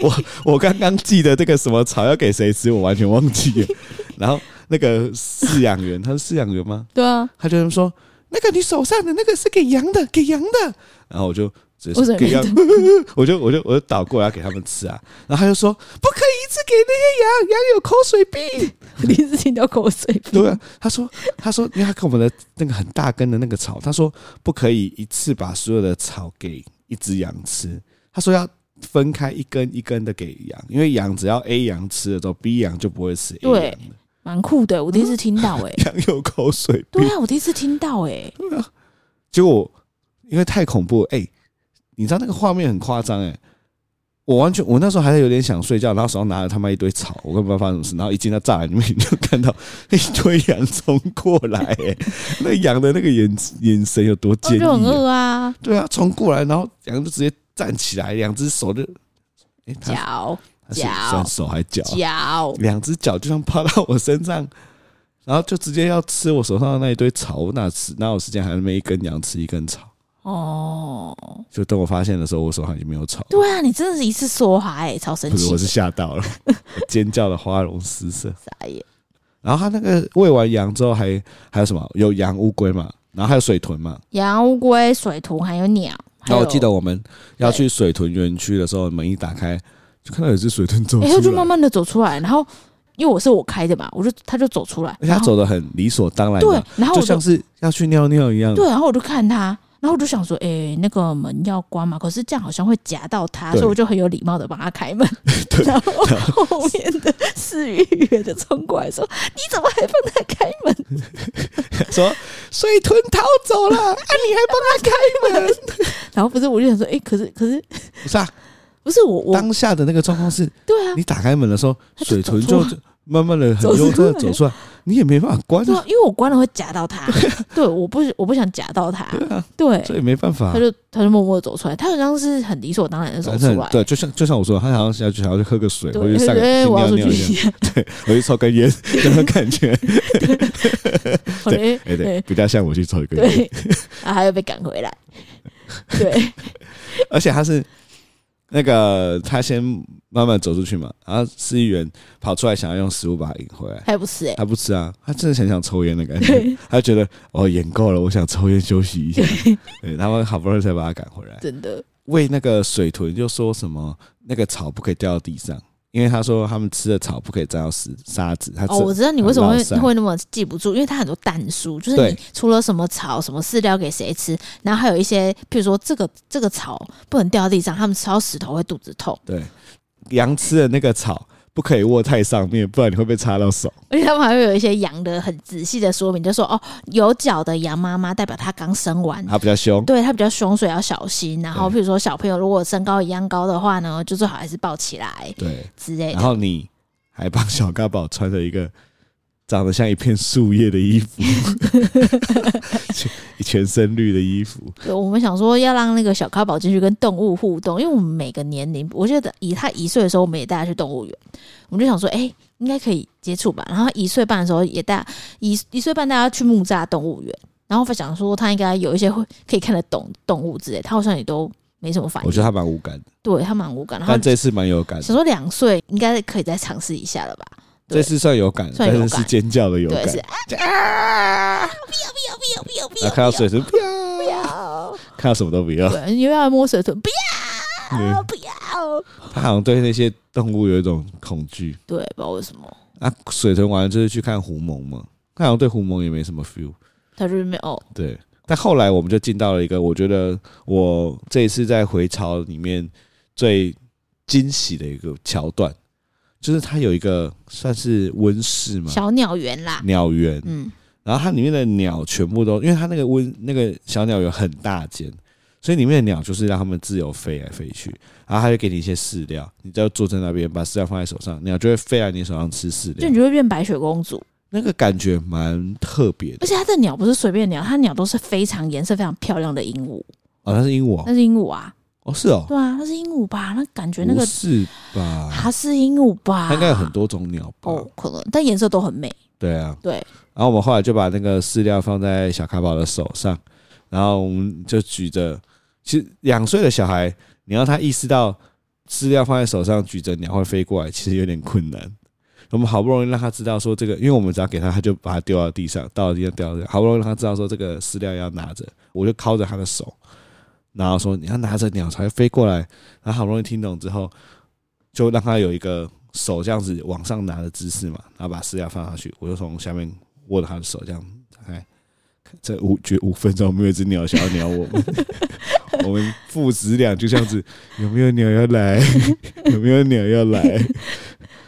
Speaker 1: 我我刚刚记得这个什么草要给谁吃，我完全忘记了。然后那个饲养员，他是饲养员吗？
Speaker 2: 对
Speaker 1: (laughs)
Speaker 2: 啊，
Speaker 1: 他就说：“那个你手上的那个是给羊的，给羊的。”然后我就直接
Speaker 2: 为什
Speaker 1: 说
Speaker 2: 么
Speaker 1: 给
Speaker 2: 没
Speaker 1: 羊， (laughs) 我就我就我就倒过来给他们吃啊。然后他就说：“不可以一直给那些羊，羊有口水病。”
Speaker 2: 我第一次听到口水。
Speaker 1: (laughs) 对啊，他说，他说，因为他跟我们的那个很大根的那个草，他说不可以一次把所有的草给一只羊吃，他说要分开一根一根的给羊，因为羊只要 A 羊吃了之后，B 羊就不会吃 A
Speaker 2: 对
Speaker 1: 羊了， (laughs)
Speaker 2: 蛮酷的，我第一次听到哎、
Speaker 1: 羊有口水病
Speaker 2: 对。啊，我第一次听到哎、
Speaker 1: (laughs) 结果因为太恐怖，哎、你知道那个画面很夸张哎。我完全，我那时候还是有点想睡觉，然后手上拿着他妈一堆草，我根本不知道发生什么事。然后一进到栅栏里面，你就看到一堆羊冲过来、
Speaker 2: (laughs)
Speaker 1: 哎那羊的那个眼眼神有多
Speaker 2: 哦
Speaker 1: 坚毅、
Speaker 2: 就很
Speaker 1: 啊？
Speaker 2: 饿啊，
Speaker 1: 对啊，冲过来，然后羊就直接站起来，两只手就，哎、它
Speaker 2: 脚
Speaker 1: 它是
Speaker 2: 脚
Speaker 1: 算手还脚啊，
Speaker 2: 脚，
Speaker 1: 两只脚就像趴到我身上，然后就直接要吃我手上的那一堆草，我哪吃哪有时间还没一根羊吃一根草？
Speaker 2: 哦，
Speaker 1: 就等我发现的时候，我手上已经没有草了。
Speaker 2: 对啊，你真的是一次梭哈哎、超生
Speaker 1: 不是，
Speaker 2: 气
Speaker 1: 我，是吓到了， (laughs) 我尖叫的花容失色。
Speaker 2: 傻眼。
Speaker 1: 然后他那个喂完羊之后还，还有什么？有羊、乌龟嘛，然后还有水豚嘛。
Speaker 2: 羊、乌龟、水豚还有鸟，还
Speaker 1: 然
Speaker 2: 有
Speaker 1: 哦后我记得，我们要
Speaker 2: 对
Speaker 1: 去水豚园区的时候，门一打开，就看到有只水豚走
Speaker 2: 哎、
Speaker 1: 出
Speaker 2: 它就慢
Speaker 1: 来，
Speaker 2: 慢的走出来，然后因为我是我开的嘛，我就它就走出来，
Speaker 1: 哎而且它
Speaker 2: 然后
Speaker 1: 走的很理所当然
Speaker 2: 对
Speaker 1: 的，，
Speaker 2: 然后
Speaker 1: 就
Speaker 2: 我就
Speaker 1: 像是要去尿尿一样。
Speaker 2: 对，然后我就看它。然后我就想说，哎、那个门要关嘛？可是这样好像会夹到它，
Speaker 1: 对
Speaker 2: 所以我就很有礼貌的帮它
Speaker 1: (laughs)
Speaker 2: 开门。然后后面的四鱼远的冲过来说：“你怎么还帮它开门？” (laughs)
Speaker 1: 说水豚逃走了，啊，你还帮它开门？
Speaker 2: 然后不是，我就想说，哎、可是可是
Speaker 1: 不是啊，
Speaker 2: 不是我我
Speaker 1: 当下的那个状况是，
Speaker 2: (laughs) 对啊，
Speaker 1: 你打开门的时候，
Speaker 2: 它就
Speaker 1: 水豚
Speaker 2: 走
Speaker 1: 就
Speaker 2: 出
Speaker 1: 慢慢的很
Speaker 2: 走
Speaker 1: 悠
Speaker 2: 出
Speaker 1: 哉的
Speaker 2: 来
Speaker 1: 走出来，你也没办法关
Speaker 2: 对、
Speaker 1: 啊
Speaker 2: 啊，，因为我关了会夹
Speaker 1: (laughs)
Speaker 2: 到他，对，我不我不想夹到他，
Speaker 1: 对啊，
Speaker 2: 对，哎
Speaker 1: 这也没办法
Speaker 2: 他。就他就默默地走出来，他好像是很理所当然的走
Speaker 1: 反
Speaker 2: 出
Speaker 1: 正
Speaker 2: 来，
Speaker 1: 对，就像就像我说的，他好像想要去想要去喝个水，回
Speaker 2: 对，
Speaker 1: 去
Speaker 2: 他
Speaker 1: 上个
Speaker 2: 就觉得哎
Speaker 1: 去
Speaker 2: 我要
Speaker 1: 尿
Speaker 2: 出
Speaker 1: 尿
Speaker 2: 去
Speaker 1: 一
Speaker 2: 一
Speaker 1: 样，
Speaker 2: (laughs) 下，
Speaker 1: 回去抽根
Speaker 2: (laughs)
Speaker 1: 烟，这种感觉。
Speaker 2: 后来
Speaker 1: 哎，对，
Speaker 2: 对
Speaker 1: 比较像我去抽一根烟。
Speaker 2: 对，然后他又被赶回来，对，
Speaker 1: 而且他是那个他先慢慢走出去嘛，然后司议员跑出来想要用食物把他引回来，
Speaker 2: 他也
Speaker 1: (laughs)
Speaker 2: 不吃哎、
Speaker 1: 他不吃啊，他真的很想抽烟的感觉，
Speaker 2: 对，
Speaker 1: 他觉得哦演够了，我想抽烟休息一下，对，他们好不容易才把他赶回来。
Speaker 2: 真的，
Speaker 1: 喂那个水豚就说什么那个草不可以掉到地上，因为他说他们吃的草不可以沾到石沙子，他吃、
Speaker 2: 哦，我知道你为什么
Speaker 1: 很
Speaker 2: 会
Speaker 1: 老散
Speaker 2: 会那么记不住，因为它很多蛋数，就是
Speaker 1: 对
Speaker 2: 你除了什么草、什么饲料给谁吃，然后还有一些，譬如说这个这个草不能掉地上，他们吃到石头会肚子痛，
Speaker 1: 对羊吃的那个草不可以握太上面，不然你会被插到手。
Speaker 2: 而且他们还会有一些羊的很仔细的说明，就说哦，有脚的羊妈妈代表它刚生完。
Speaker 1: 他比较凶，
Speaker 2: 对它比较凶，所以要小心。然后，
Speaker 1: 对
Speaker 2: 譬如说小朋友如果身高一样高的话呢，就最好还是抱起来
Speaker 1: 对。
Speaker 2: 之类的。
Speaker 1: 然后你还帮小嘎宝穿着一个长得像一片树叶的衣
Speaker 2: (laughs)
Speaker 1: 服，全全身绿的衣服，
Speaker 2: 对，我们想说要让那个小咖宝进去跟动物互动，因为我们每个年龄，我记得以他一岁的时候，我们也带他去动物园，我们就想说，哎、应该可以接触吧。然后他一岁半的时候也带一一岁半带他去木栅动物园，然后想说他应该有一些会可以看得懂动物之类，他好像也都没什么反应。
Speaker 1: 我觉得他蛮无感的，
Speaker 2: 对他蛮无感，然后
Speaker 1: 但这次蛮有感的，
Speaker 2: 想说两岁应该可以再尝试一下了吧？对
Speaker 1: 这次算有感，
Speaker 2: 算
Speaker 1: 但
Speaker 2: 有
Speaker 1: 是
Speaker 2: 感
Speaker 1: 是尖叫的有
Speaker 2: 对，
Speaker 1: 感
Speaker 2: 是。啊，不要不要不要不要不要
Speaker 1: 啊，
Speaker 2: 不
Speaker 1: 看
Speaker 2: 要
Speaker 1: 到水豚，不要
Speaker 2: 不要，
Speaker 1: (laughs) 看到什么都不要。
Speaker 2: (laughs) 对，因为要摸水豚，不
Speaker 1: 嗯
Speaker 2: 要不要。
Speaker 1: 他好像对那些动物有一种恐惧。
Speaker 2: 对，不知道为什么，
Speaker 1: 啊，水豚完了就是去看狐獴嘛，他好像对狐獴也没什么 feel。
Speaker 2: 他就是没有哦
Speaker 1: 对，但后来我们就进到了一个我觉得我这一次在回潮里面最惊喜的一个桥段，就是它有一个算是温室嘛，
Speaker 2: 小鸟园啦。
Speaker 1: 鸟园，
Speaker 2: 嗯，
Speaker 1: 然后它里面的鸟全部都，因为它那个温那个小鸟园很大间，所以里面的鸟就是让它们自由飞来飞去，然后它就给你一些饲料，你只要坐在那边把饲料放在手上，鸟就会飞来你手上吃饲
Speaker 2: 就
Speaker 1: 料
Speaker 2: 你，就会变白雪公主，
Speaker 1: 那个感觉蛮特别的
Speaker 2: 而且它的鸟不是随便鸟，它鸟都是非常颜色非常漂亮的鹦鹉，
Speaker 1: 哦，它是鹦鹉哦
Speaker 2: 那是鹦鹉啊，
Speaker 1: 哦，是哦，
Speaker 2: 对啊，那是鹦鹉吧？那感觉那
Speaker 1: 不
Speaker 2: 个
Speaker 1: 是吧？
Speaker 2: 它是鹦鹉吧？
Speaker 1: 它应该有很多种鸟吧？
Speaker 2: 哦，可能，但颜色都很美，
Speaker 1: 对啊，
Speaker 2: 对。
Speaker 1: 然后我们后来就把那个饲料放在小卡宝的手上，然后我们就举着。其实两岁的小孩，你让他意识到饲料放在手上举着鸟会飞过来，其实有点困难。我们好不容易让他知道说这个，因为我们只要给他，他就把它丢到地上，到地上掉到地上。好不容易让他知道说这个饲料要拿着，我就靠着他的手，然后说你要拿着鸟才会飞过来。然后好不容易听懂之后，就让他有一个手这样子往上拿的姿势嘛，然后把饲料放上去，我就从下面握着他的手这样打开。这五绝五分钟，没有一只鸟想要鸟
Speaker 2: (laughs)
Speaker 1: 我们，我们父子俩就这样子，有没有鸟要来？有没有鸟要来？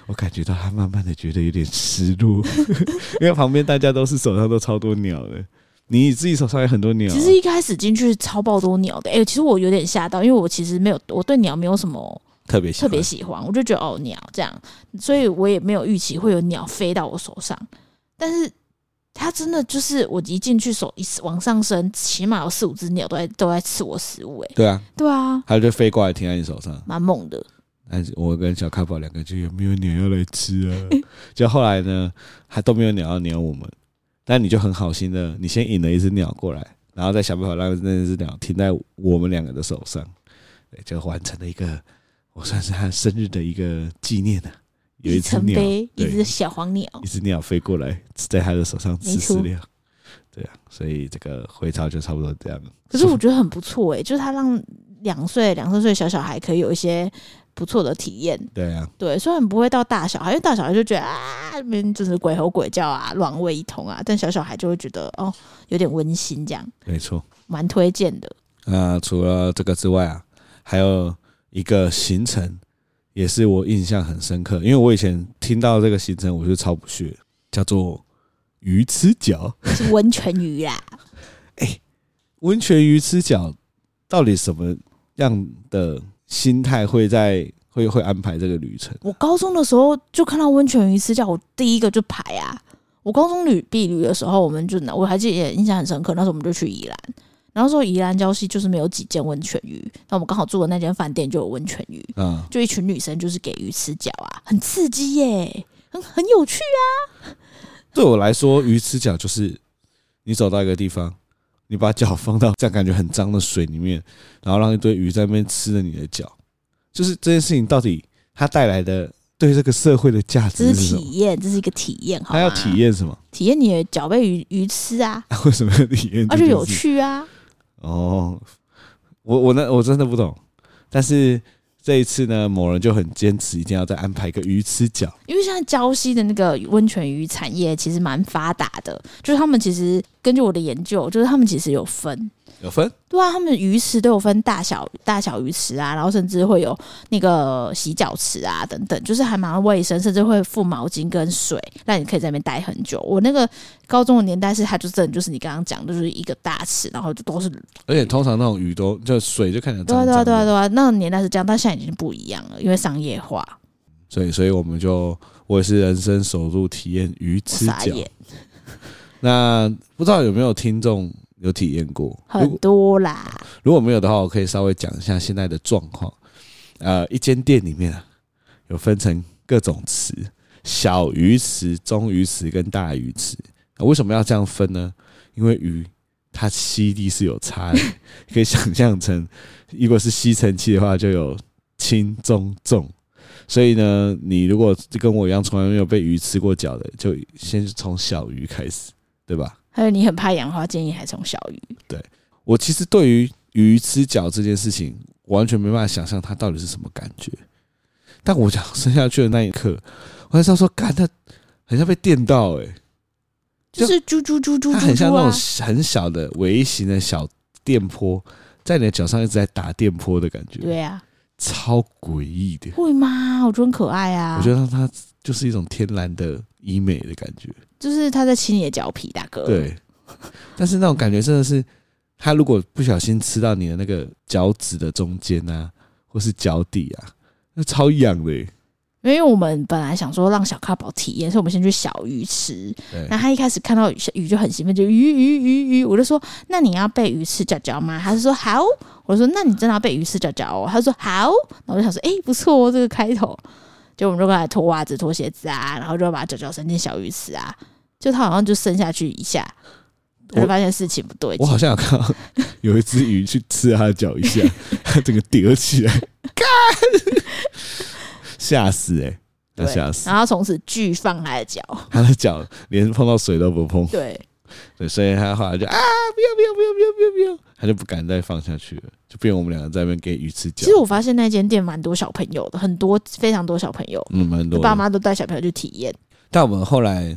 Speaker 1: 我感觉到他慢慢的觉得有点失落，
Speaker 2: (laughs)
Speaker 1: 因为旁边大家都是手上都超多鸟的，你自己手上有很多鸟啊、
Speaker 2: 其实一开始进去超爆多鸟的，哎、其实我有点吓到，因为我其实没有，我对鸟没有什么
Speaker 1: 特别喜
Speaker 2: 特
Speaker 1: 欢
Speaker 2: 别喜欢，我就觉得哦鸟这样，所以我也没有预期会有鸟飞到我手上，但是它真的就是我一进去手一往上升，起码有四五只鸟都在都在吃我食物、哎，
Speaker 1: 对啊，
Speaker 2: 对啊，
Speaker 1: 他就飞过来停在你手上，
Speaker 2: 蛮猛的，
Speaker 1: 但是我跟小咖宝两个就有没有鸟要来
Speaker 2: (laughs)
Speaker 1: 吃啊？就后来呢，还都没有鸟要鸟我们，但你就很好心的，你先引了一只鸟过来，然后再想办法让那只鸟停在我们两个的手上，对，就完成了一个我算是他生日的一个纪念啊。有一
Speaker 2: 里
Speaker 1: 只
Speaker 2: 程
Speaker 1: 鸟，
Speaker 2: 碑，一
Speaker 1: 对
Speaker 2: 只小黄鸟，
Speaker 1: 一只鸟飞过来，在他的手上吃
Speaker 2: 没错
Speaker 1: 饲料，对啊，所以这个回潮就差不多这样。
Speaker 2: 可是我觉得很不错哎、就是它让两岁两三岁的小小孩可以有一些不错的体验，
Speaker 1: 对啊，
Speaker 2: 对，虽然不会到大小孩，因为大小孩就觉得啊，那边就是鬼吼鬼叫啊，乱喂一通啊，但小小孩就会觉得哦，有点温馨，这样
Speaker 1: 没错。
Speaker 2: 蛮推荐的。
Speaker 1: 那呃除了这个之外啊，还有一个行程也是我印象很深刻，因为我以前听到这个行程我就超不屑，叫做鱼吃饺，
Speaker 2: 是温泉鱼
Speaker 1: (laughs)
Speaker 2: 啦，
Speaker 1: 温泉鱼吃饺，到底什么样的心态会在会会安排这个旅程。
Speaker 2: 我高中的时候就看到温泉鱼吃叫我第一个就排啊。我高中旅避旅的时候，我们就我还记得印象很深刻，那时候我们就去宜兰，然后说宜兰礁溪就是没有几间温泉鱼，那我们刚好住的那间饭店就有温泉鱼，
Speaker 1: 啊、
Speaker 2: 就一群女生就是给鱼吃脚啊，很刺激耶、很很有趣啊。
Speaker 1: 对我来说，鱼吃脚就是你走到一个地方，你把脚放到这样感觉很脏的水里面，然后让一堆鱼在那边吃了你的脚，就是这件事情到底它带来的对这个社会的价
Speaker 2: 这
Speaker 1: 值是
Speaker 2: 是
Speaker 1: 什
Speaker 2: 体
Speaker 1: 么？
Speaker 2: 验，这是一个体验，好
Speaker 1: 它
Speaker 2: 吗？
Speaker 1: 要体验什么？ (laughs)
Speaker 2: 体验你的脚被鱼鱼吃啊，
Speaker 1: 为什么要体验？
Speaker 2: 而且有趣啊。
Speaker 1: 哦，我我那我真的不懂，但是这一次呢，某人就很坚持，一定要再安排一个鱼吃脚。
Speaker 2: 因为现在礁溪的那个温泉鱼产业其实蛮发达的，就是他们其实根据我的研究，就是他们其实有分，
Speaker 1: 有分
Speaker 2: 对啊，他们鱼池都有分大小大小鱼池啊，然后甚至会有那个洗脚池啊等等，就是还蛮卫生，甚至会附毛巾跟水，让你可以在那边待很久。我那个高中的年代是，它就真的就是你刚刚讲的，就是一个大池，然后就都是
Speaker 1: 而且通常那种鱼都就水就看起来
Speaker 2: 对啊
Speaker 1: 脏
Speaker 2: 对啊
Speaker 1: 脏
Speaker 2: 对啊
Speaker 1: 的，
Speaker 2: 对啊，那个年代是这样，但现在已经不一样了，因为商业化，
Speaker 1: 所以所以我们就我也是人生首度体验鱼
Speaker 2: 我
Speaker 1: 吃
Speaker 2: 傻
Speaker 1: 脚。
Speaker 2: 眼
Speaker 1: (laughs) 那不知道有没有听众有体验过？如
Speaker 2: 很
Speaker 1: 果
Speaker 2: 多啦。
Speaker 1: 如果没有的话，我可以稍微讲一下现在的状况。呃，一间店里面啊，有分成各种池，小鱼池、中鱼池跟大鱼池。啊为什么要这样分呢？因为鱼它吸力是有差的，可以想象成，如果是吸尘器的话，就有轻、中、重。所以呢，你如果跟我一样从来没有被鱼吃过脚的，就先从小鱼开始，对吧？
Speaker 2: 还有你很怕养的话，建议还从小鱼。
Speaker 1: 我其实对于鱼吃脚这件事情，完全没办法想象它到底是什么感觉。但我想生下去的那一刻，我才知道说，干它很像被电到、欸，
Speaker 2: 就是啾啾啾啾
Speaker 1: 它
Speaker 2: 啾
Speaker 1: 很像
Speaker 2: 啾
Speaker 1: 那
Speaker 2: 啊！
Speaker 1: 种很小的微型的小电波，在你的脚上一直在打电波的感觉，
Speaker 2: 对啊，
Speaker 1: 超诡异的。
Speaker 2: 会吗？我觉得很可爱啊。
Speaker 1: 我觉得它就是一种天然的医美的感觉，
Speaker 2: 就是他在亲你的脚皮，大哥。，
Speaker 1: 对。 (laughs) 但是那种感觉真的是，它如果不小心吃到你的那个脚趾的中间啊，或是脚底啊，那超痒的、欸。
Speaker 2: 因为我们本来想说让小咖宝体验，所以我们先去小鱼池。
Speaker 1: 对
Speaker 2: 然后他一开始看到鱼鱼就很兴奋，就鱼鱼鱼鱼，我就说：“那你要被鱼吃脚脚吗？”他就说：“好。”我说：“那你真的要被鱼吃脚脚哦？”他说：“好。”然后我就想说：“诶，不错哦，这个开头。”就我们就过来脱袜子、脱鞋子啊，然后就把脚脚伸进小鱼池啊，就他好像就伸下去一下，我就
Speaker 1: 我
Speaker 2: 发现事情不对
Speaker 1: 我
Speaker 2: (laughs) 劲。
Speaker 1: 好像有看到有一只鱼去吃它的脚一下， (laughs) 它整个叠起来，干， (laughs) 吓死哎、欸！要
Speaker 2: 对
Speaker 1: 吓死！
Speaker 2: 然后从此巨放他的脚，
Speaker 1: 它的脚连碰到水都不碰，
Speaker 2: 对，
Speaker 1: 对，所以它后来就啊，不要不要不要不要不要不要，它就不敢再放下去了，就变我们两个在那边给鱼吃脚
Speaker 2: (laughs) 其实，我发现那间店蛮多小朋友的，很多非常多小朋友，
Speaker 1: 嗯，蛮多的。
Speaker 2: 爸妈都带小朋友去体验。
Speaker 1: 但我们后来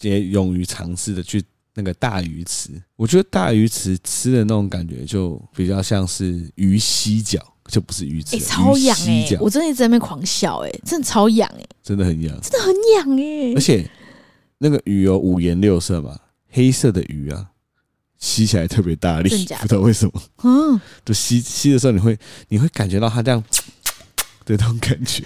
Speaker 1: 也勇于尝试的去那个大鱼池，我觉得大鱼池吃的那种感觉就比较像是鱼吸脚，就不是鱼吃，
Speaker 2: 哎、超痒
Speaker 1: 鱼
Speaker 2: 哎、
Speaker 1: 吸脚
Speaker 2: 我真的一直在那边狂笑哎、真的超痒哎、
Speaker 1: 真的很痒，
Speaker 2: 真的很痒哎、
Speaker 1: 而且那个鱼有五颜六色嘛，黑色的鱼啊，吸起来特别大力，
Speaker 2: 真假的
Speaker 1: 不知道为什么，
Speaker 2: 嗯，
Speaker 1: 就吸吸的时候你会你会感觉到它这样的那种感觉，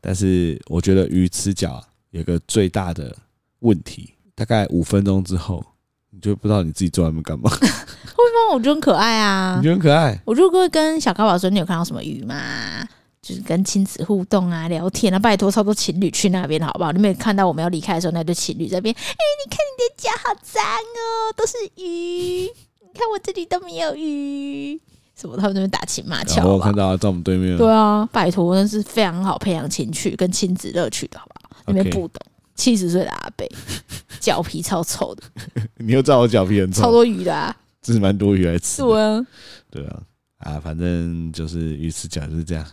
Speaker 1: 但是我觉得鱼吃脚啊有个最大的问题，大概五分钟之后。你就不知道你自己坐在那边干嘛，
Speaker 2: 那我觉得很可爱啊
Speaker 1: (laughs) 你觉。得很可爱？
Speaker 2: 我就会跟小高宝说，你有看到什么鱼吗？就是跟亲子互动啊，聊天啊，拜托，超多情侣去那边好不好？你没有看到我们要离开的时候，那对情侣在那边，哎、你看你的脚好脏哦，都是鱼，你看我这里都没有鱼，什么他们那边打情骂俏，
Speaker 1: 然后哦
Speaker 2: 好
Speaker 1: 我
Speaker 2: 不好
Speaker 1: 看？到他在我们对面，
Speaker 2: 对啊，拜托，那是非常好培养情趣跟亲子乐趣的，好不好？你们
Speaker 1: OK
Speaker 2: 不懂，七十岁的阿伯，脚皮超
Speaker 1: (laughs)
Speaker 2: 臭的，
Speaker 1: 嗯你又知道我脚皮很
Speaker 2: 超
Speaker 1: 臭，
Speaker 2: 多鱼的啊，
Speaker 1: 这是蛮多鱼来吃
Speaker 2: 是
Speaker 1: 的。
Speaker 2: 啊，
Speaker 1: 对啊，啊，反正就是鱼吃脚就是这样。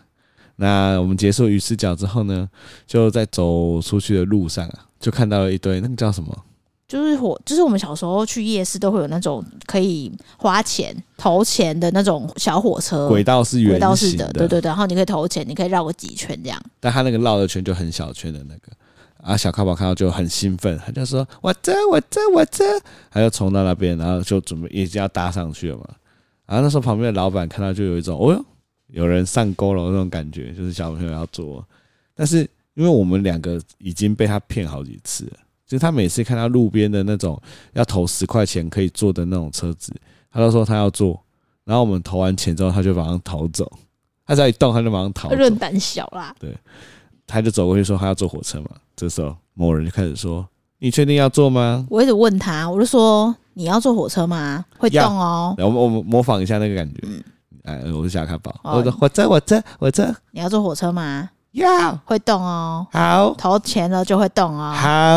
Speaker 1: 那我们结束鱼吃脚之后呢，就在走出去的路上啊，就看到了一堆那个叫什么？
Speaker 2: 就是火，就是我们小时候去夜市都会有那种可以花钱投钱的那种小火车，
Speaker 1: 轨道是圆
Speaker 2: 嗯轨道式
Speaker 1: 形
Speaker 2: 的，对对对，然后你可以投钱，你可以绕个几圈这样，
Speaker 1: 但它那个绕的圈就很小圈的那个。啊，小咖宝看到就很兴奋，他就说：“我这我这我这！”他就冲到那边，然后就准备已经要搭上去了嘛。然后那时候旁边的老板看到就有一种“哦哟，有人上钩了那种感觉，就是小朋友要做。但是因为我们两个已经被他骗好几次了，就是他每次看到路边的那种要投十块钱可以坐的那种车子，他都说他要坐，然后我们投完钱之后，他就马上逃走。他只要一动，他就马上逃走
Speaker 2: 论。胆小啦，
Speaker 1: 他就走过去说他要坐火车嘛。这时候某人就开始说：“你确定要坐吗
Speaker 2: 我一直问他，我就说你要坐火车吗？会动
Speaker 1: 要
Speaker 2: 哦？”，
Speaker 1: 然后我们我们模仿一下那个感觉
Speaker 2: 嗯。
Speaker 1: 哎，我是小卡宝，
Speaker 2: 哦
Speaker 1: 我说火车，火车，火车，
Speaker 2: 你要坐火车吗？
Speaker 1: 要
Speaker 2: 会动哦，
Speaker 1: 好
Speaker 2: 投钱了就会动哦。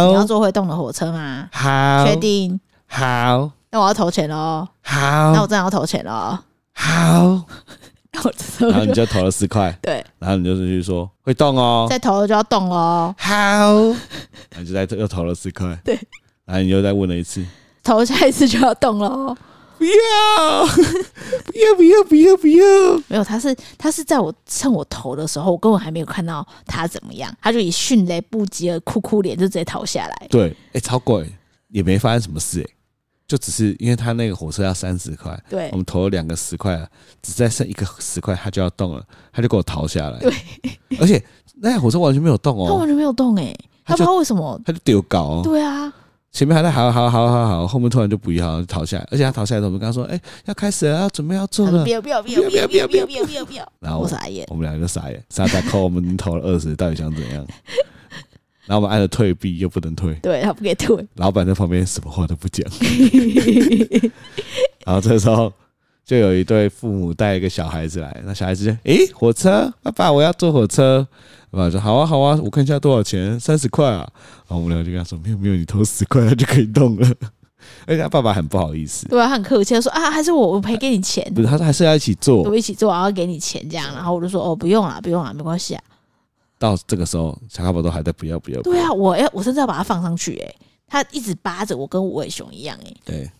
Speaker 2: 你要
Speaker 1: 好
Speaker 2: 坐会动的火车吗？
Speaker 1: 好，
Speaker 2: 确定？
Speaker 1: 好
Speaker 2: 那我要投钱喽，那我
Speaker 1: 好
Speaker 2: 真的要投钱哦喽。 (laughs)
Speaker 1: 好，
Speaker 2: 然后这
Speaker 1: 然后
Speaker 2: 时候
Speaker 1: 你
Speaker 2: 就
Speaker 1: 就投了十块，
Speaker 2: 对，
Speaker 1: 然后你就是去说会动哦，
Speaker 2: 再投了就哦要动喽， (laughs)
Speaker 1: 好，然后就再又投了十块，
Speaker 2: 对，
Speaker 1: 然后你又再问了一次，
Speaker 2: 投下一次就要动哦喽。
Speaker 1: 不要，
Speaker 2: (laughs)
Speaker 1: 不要，不要，不要，不要，
Speaker 2: 没有，他是他是在我趁我投的时候，我根本还没有看到他怎么样，他就以迅雷不及的哭哭脸就直接逃下来。
Speaker 1: 对，哎，超贵，也没发生什么事，哎，就只是因为他那个火车要三十块，
Speaker 2: 对
Speaker 1: 我，们投了两个十块了，只再剩一个十块，他就要动了，他就给我逃下来，
Speaker 2: 对，
Speaker 1: 而且那台火车完全没有动
Speaker 2: 他
Speaker 1: 哦
Speaker 2: 完，全没有动哎、他
Speaker 1: 他就
Speaker 2: 不知道为什么。
Speaker 1: 他就丢搞哦，
Speaker 2: 对啊，
Speaker 1: 前面还在好好好好好，后面突然就不要好就逃下来，而且他逃下来的时候，我们跟他说：“哎、要开始了，要准备要
Speaker 2: 他
Speaker 1: 做
Speaker 2: 说
Speaker 1: 了
Speaker 2: 不。要不要不要不要不要不要不要不要不要，”
Speaker 1: 然后
Speaker 2: 我
Speaker 1: 我
Speaker 2: 傻眼。
Speaker 1: 我们两个就傻眼，傻傻扣我们已经投了二十，到底想怎样？ (laughs) 然后我们按了退币，又不能退，
Speaker 2: 对他不给退，
Speaker 1: 老板在旁边什么话都不
Speaker 2: (laughs)
Speaker 1: 讲。然后这时候就有一对父母带一个小孩子来，那小孩子就：“诶、火车，爸爸，我要坐火车。”爸爸说：“好啊，好啊，我看一下多少钱，三十块啊。”然后我们俩就跟他说：“没有没有，你投十块，他就可以动了。” (laughs) 而且他爸爸很不好意思，
Speaker 2: 对啊，他很客气，他说啊，还是我我赔给你钱，
Speaker 1: 不是，他说还是要一起做
Speaker 2: 我。一起做，然后给你钱这样，然后我就说哦，不用啦，不用啦，没关系啊。
Speaker 1: 到这个时候，小卡宝都还在不要不要。不要
Speaker 2: 对啊，我要我甚至要把它放上去哎、他一直扒着我跟无尾熊一样哎、
Speaker 1: 对，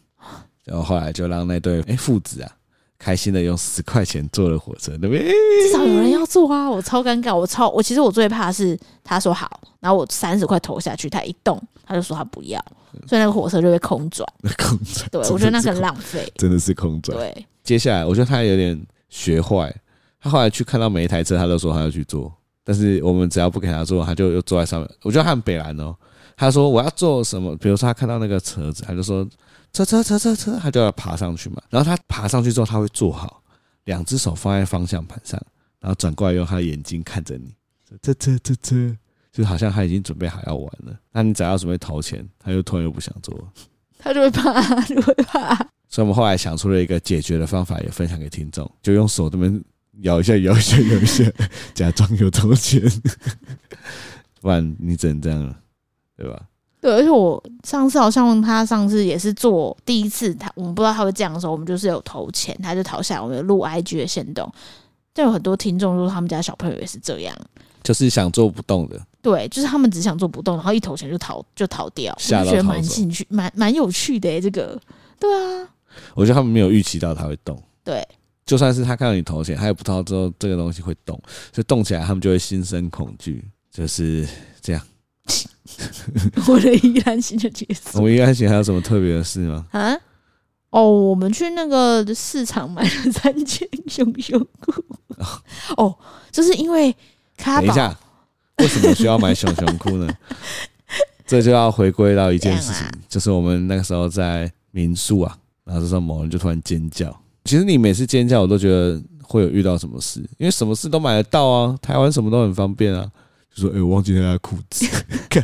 Speaker 1: 然后后来就让那对哎、父子啊，开心的用十块钱坐了火车，对不对？
Speaker 2: 至少有人要做啊！我超尴尬，我超我其实我最怕的是他说好，然后我三十块投下去，他一动他就说他不要，所以那个火车就被空转。
Speaker 1: 空转，嗯真
Speaker 2: 对
Speaker 1: 的
Speaker 2: 我觉得那
Speaker 1: 是 (laughs)
Speaker 2: 个
Speaker 1: 空
Speaker 2: 很浪费。
Speaker 1: 真的是空转。
Speaker 2: 对，
Speaker 1: 接下来，我觉得他有点学坏，他后来去看到每一台车，他都说他要去坐，但是我们只要不给他坐，他就又坐在上面。我觉得他很北蓝哦，他说我要坐什么，比如说他看到那个车子，他就说车车车车车，他就要爬上去嘛。然后他爬上去之后，他会坐好，两只手放在方向盘上，然后转过来用他的眼睛看着你，车车车车，就好像他已经准备好要玩了。那你只要准备投钱，他又突然又不想坐了。
Speaker 2: 他就会怕，他就会怕。
Speaker 1: 所以我们后来想出了一个解决的方法，也分享给听众，就用手这边摇一下、摇一下、摇一下， (laughs) 假装有投钱， (laughs) 不然你只能这样了，对吧？
Speaker 2: 对，而且我上次好像他上次也是做第一次他，我们不知道他会这样的时候，我们就是有投钱，他就投下来，我们有录 IG 的行动。但有很多听众说他们家小朋友也是这样，
Speaker 1: 就是想做不动的，
Speaker 2: 对，就是他们只想做不动，然后一投钱就逃就逃掉，我
Speaker 1: 吓
Speaker 2: 就
Speaker 1: 到
Speaker 2: 觉得
Speaker 1: 逃
Speaker 2: 蛮
Speaker 1: 走
Speaker 2: 兴趣，蛮蛮有趣的、欸、这个。对啊，
Speaker 1: 我觉得他们没有预期到他会动。
Speaker 2: 对，
Speaker 1: 就算是他看到你投钱，他也不知道之后这个东西会动，所以动起来他们就会心生恐惧。就是
Speaker 2: 我的依然性就结
Speaker 1: 我 (laughs)
Speaker 2: 束
Speaker 1: 们一开始还有什么特别的事吗？
Speaker 2: 啊。哦，我们去那个市场买了三件熊熊裤。哦，就是因为卡
Speaker 1: 等一
Speaker 2: 宝
Speaker 1: 下，为什么需要买熊熊裤
Speaker 2: (laughs)
Speaker 1: 呢？这就要回归到一件事
Speaker 2: 这
Speaker 1: 情
Speaker 2: 样，啊
Speaker 1: 就是我们那个时候在民宿啊，然后这时候某人就突然尖叫。其实你每次尖叫，我都觉得会有遇到什么事，因为什么事都买得到啊，台湾什么都很方便啊。就说：“哎、我忘记带他的裤 (laughs) 子，看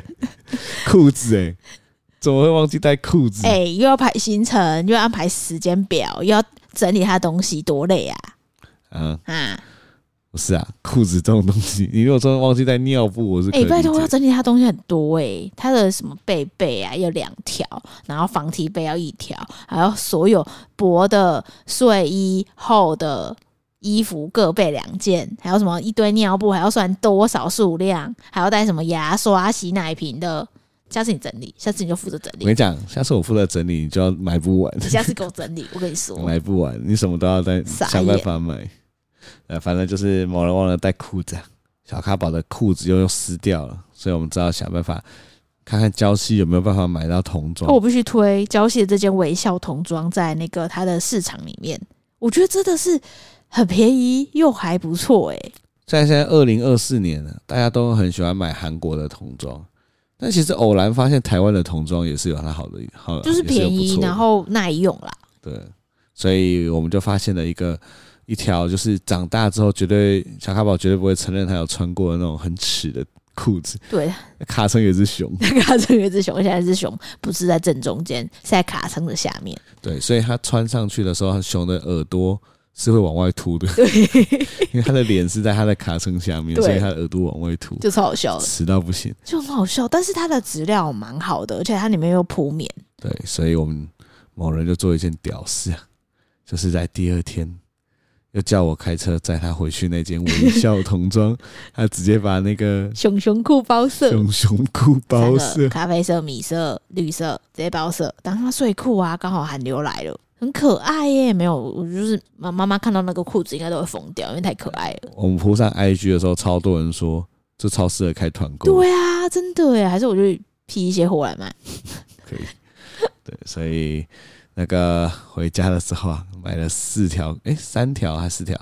Speaker 1: 裤子、哎，怎么会忘记带裤子？
Speaker 2: 哎、又要排行程，又要安排时间表，又要整理他的东西，多累啊！
Speaker 1: 啊，
Speaker 2: 啊，
Speaker 1: 不是啊，裤子这种东西，你如果真的忘记带尿布，我是可
Speaker 2: 哎、
Speaker 1: 以理解
Speaker 2: 拜托，要整理他的东西很多哎、他的什么背背啊要两条，然后防踢背要一条，还有所有薄的睡衣、厚的衣服各备两件，还有什么一堆尿布，还要算多少数量，还要带什么牙刷、洗奶瓶的。下次你整理，下次你就负责整
Speaker 1: 我跟
Speaker 2: 理
Speaker 1: 你，讲，下次我负责整理，你就要买不完。
Speaker 2: 你下次给我整理，我跟你说，
Speaker 1: 买不完，你什么都要带，
Speaker 2: 傻眼
Speaker 1: 想办法买。呃，反正就是某人忘了带裤子啊，小咖宝的裤子又又湿掉了，所以我们只好想办法看看娇妻有没有办法买到童装
Speaker 2: 那。我必须推娇西的这件微笑童装在那个它的市场里面，我觉得真的是很便宜又还不错哎、
Speaker 1: 在现在二零二四年了，大家都很喜欢买韩国的童装，但其实偶然发现台湾的童装也是有它好的好，
Speaker 2: 就是便
Speaker 1: 也是
Speaker 2: 宜
Speaker 1: 有不错的
Speaker 2: 然后耐用
Speaker 1: (laughs)
Speaker 2: 啦。
Speaker 1: 对，所以我们就发现了一个一条，就是长大之后绝对小咖宝绝对不会承认他有穿过的那种很耻的裤子，
Speaker 2: 对，
Speaker 1: 卡成有一只熊，
Speaker 2: 卡成有一只熊，现在这只熊不是在正中间，是在卡层的下面。
Speaker 1: 对，所以他穿上去的时候，熊的耳朵是会往外凸 (laughs) 的，
Speaker 2: 对，
Speaker 1: 因为他的脸是在他的卡层下面，
Speaker 2: 对
Speaker 1: 所以他的耳朵往外凸，
Speaker 2: 就超好笑的，
Speaker 1: 迟到不行。
Speaker 2: 就很好笑。但是它的质量蛮好的，而且它里面又铺棉，
Speaker 1: 对，所以我们某人就做一件屌事啊，就是在第二天又叫我开车载他回去那间微笑童 (laughs) 装，他直接把那个
Speaker 2: 熊熊裤包色，
Speaker 1: 熊熊裤包
Speaker 2: 三个
Speaker 1: 色，
Speaker 2: 咖啡色、米色、绿色，直接包色，当他睡裤啊，刚好韩流来了。很可爱耶，没有，我就是妈妈妈看到那个裤子应该都会疯掉，因为太可爱了。
Speaker 1: 我们铺上 IG 的时候，超多人说这超适合开团购，
Speaker 2: 对啊，真的耶，还是我就批一些货来卖。
Speaker 1: 可以。对，所以那个回家的时候啊，买了四条，哎、三条还是四条？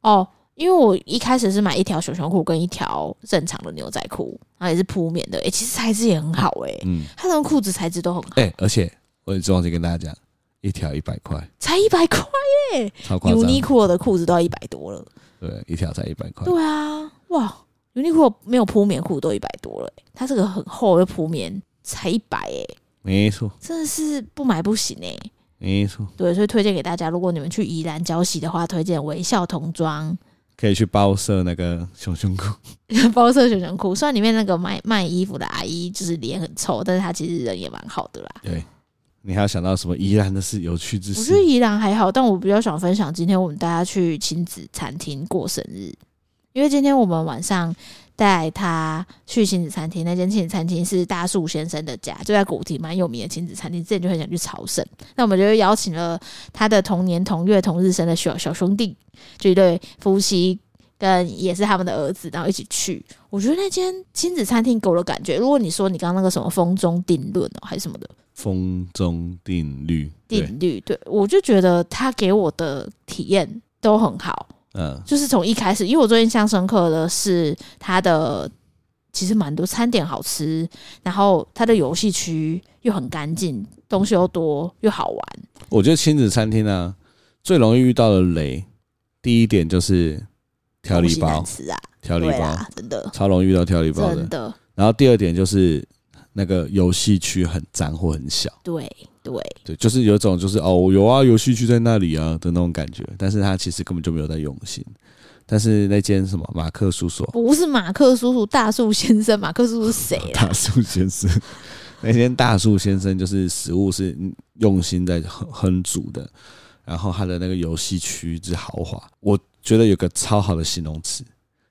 Speaker 2: 哦，因为我一开始是买一条熊熊裤跟一条正常的牛仔裤，然后也是铺棉的，诶、其实材质也很好诶，
Speaker 1: 嗯，
Speaker 2: 它那种裤子材质都很好，
Speaker 1: 哎、而且我也忘记跟大家讲，一条一百块，
Speaker 2: 才一百块
Speaker 1: 超夸张。
Speaker 2: ，Uniqlo 的裤子都要一百多了。
Speaker 1: 对，一条才一百块。
Speaker 2: 对啊，哇，Uniqlo 没有铺棉裤都一百多了、欸，它这个很厚的铺棉才一百哎，
Speaker 1: 没错，
Speaker 2: 真的是不买不行哎、
Speaker 1: 没错，
Speaker 2: 对，所以推荐给大家，如果你们去宜兰礁溪的话，推荐微笑童装 (laughs)
Speaker 1: 可以去包色那个熊熊裤。
Speaker 2: 包色熊熊裤。虽然里面那个卖卖衣服的阿姨就是脸很臭，但是她其实人也蛮好的啦。
Speaker 1: 对，你还有想到什么宜兰的事、有趣之
Speaker 2: 我
Speaker 1: 事
Speaker 2: 觉得？宜兰还好，但我比较想分享今天我们大家去亲子餐厅过生日，因为今天我们晚上带他去亲子餐厅，那间亲子餐厅是大树先生的家，就在古亭蛮有名的亲子餐厅，之前就很想去朝圣，那我们就邀请了他的同年同月同日生的小小兄弟，就一对夫妻。跟也是他们的儿子，然后一起去。我觉得那间亲子餐厅给我的感觉，如果你说你刚刚那个什么风中定论哦，还是什么的，
Speaker 1: 风中定律。对，
Speaker 2: 定律，对我就觉得他给我的体验都很好，
Speaker 1: 嗯，
Speaker 2: 就是从一开始，因为我最印象深刻的是他的其实蛮多餐点好吃，然后他的游戏区又很干净，东西又多又好玩，
Speaker 1: 我觉得亲子餐厅呢、最容易遇到的雷，第一点就是调
Speaker 2: 东
Speaker 1: 理
Speaker 2: 西难
Speaker 1: 包，
Speaker 2: 吃啊，
Speaker 1: 调理
Speaker 2: 对
Speaker 1: 包
Speaker 2: 啦，真的
Speaker 1: 超容易遇到调理包
Speaker 2: 真
Speaker 1: 的。
Speaker 2: 的
Speaker 1: 然后第二点就是那个游戏区很脏或很小，
Speaker 2: 对对
Speaker 1: 对，就是有一种就是哦有啊游戏区在那里啊的那种感觉，但是他其实根本就没有在用心。但是那间什么马克叔所，
Speaker 2: 不是马克叔叔，大树先生，马克叔叔是谁
Speaker 1: (laughs)
Speaker 2: 啊啦？
Speaker 1: 大树先生，那间大树先生就是食物是用心在哼哼煮的，然后它的那个游戏区之豪华，我觉得有个超好的形容词，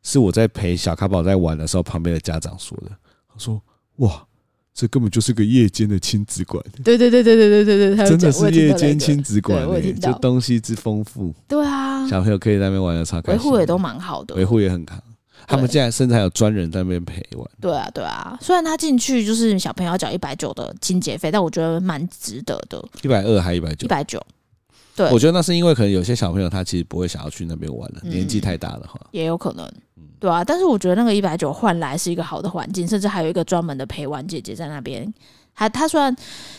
Speaker 1: 是我在陪小咖宝在玩的时候，旁边的家长说的，他说：“哇，这根本就是个夜间的亲子馆，
Speaker 2: 对对对对对对对对，他有
Speaker 1: 真的
Speaker 2: 讲我
Speaker 1: 是
Speaker 2: 有听
Speaker 1: 夜
Speaker 2: 到那
Speaker 1: 间
Speaker 2: 个
Speaker 1: 亲子馆、
Speaker 2: 对我有
Speaker 1: 欸，
Speaker 2: 听到
Speaker 1: 就东西之丰富，
Speaker 2: 对啊，
Speaker 1: 小朋友可以在那边玩的超开
Speaker 2: 维
Speaker 1: 心，
Speaker 2: 护也都蛮好的，
Speaker 1: 维护也很好，他们
Speaker 2: 对
Speaker 1: 竟然甚至还有专人在那边陪玩。”
Speaker 2: 对啊，对啊，虽然他进去就是小朋友要缴一百九的清洁费，但我觉得蛮值得的，
Speaker 1: 一百二还一百九
Speaker 2: 一，百九对
Speaker 1: 我觉得那是因为可能有些小朋友他其实不会想要去那边玩了，
Speaker 2: 嗯
Speaker 1: 年纪太大了哈。
Speaker 2: 也有可能
Speaker 1: 嗯，
Speaker 2: 对啊。但是我觉得那个一百九换来是一个好的环境，甚至还有一个专门的陪玩姐姐在那边。她她虽然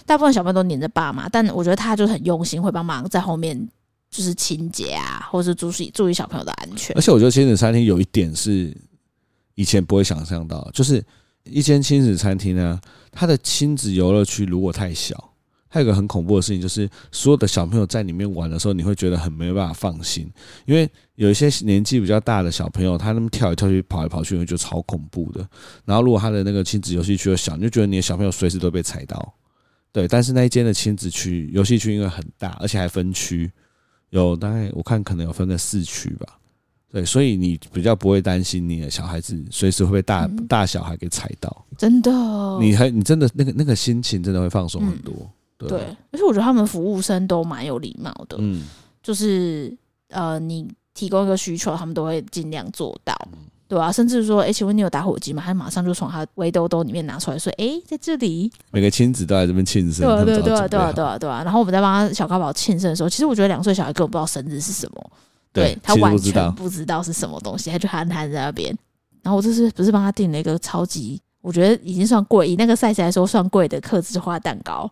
Speaker 2: 大部分小朋友都黏着爸妈，但我觉得她就很用心，会帮忙在后面就是清洁啊，或是注意注意小朋友的安全
Speaker 1: 而。且我觉得亲子餐厅有一点是以前不会想象到的，就是一间亲子餐厅呢，它的亲子游乐区如果太小，还有一个很恐怖的事情就是，所有的小朋友在里面玩的时候，你会觉得很没办法放心，因为有一些年纪比较大的小朋友，他那么跳来跳去、跑来跑去，你会觉得超恐怖的。然后如果他的那个亲子游戏区又小，你就觉得你的小朋友随时都被踩到。对，但是那一间的亲子区游戏区因为很大，而且还分区，有大概我看可能有分个四区吧。对，所以你比较不会担心你的小孩子随时会被大、
Speaker 2: 嗯哦
Speaker 1: 大小孩给踩到，
Speaker 2: 真的，
Speaker 1: 你还你真的那个那个心情真的会放松很多。
Speaker 2: 嗯对，而且我觉得他们服务生都蛮有礼貌的，
Speaker 1: 嗯，
Speaker 2: 就是呃，你提供一个需求，他们都会尽量做到，
Speaker 1: 嗯
Speaker 2: 对啊，甚至说，哎、请问你有打火机吗？他马上就从他围兜兜里面拿出来说，哎、在这里。
Speaker 1: 每个亲子都来这边庆生，
Speaker 2: 对啊，
Speaker 1: 他们
Speaker 2: 对啊，
Speaker 1: 早就
Speaker 2: 对
Speaker 1: 准备
Speaker 2: 啊，对啊，
Speaker 1: 好
Speaker 2: 对啊，对啊。然后我们在帮他小高宝庆生的时候，其实我觉得两岁小孩根本不知道生日是什么，
Speaker 1: 对，
Speaker 2: 他
Speaker 1: 其实
Speaker 2: 完
Speaker 1: 不知
Speaker 2: 全
Speaker 1: 道，
Speaker 2: 不知道是什么东西，他就憨憨在那边。然后我这次不是帮他订了一个超级，我觉得已经算贵，以那个 size 来说算贵的克制化蛋糕，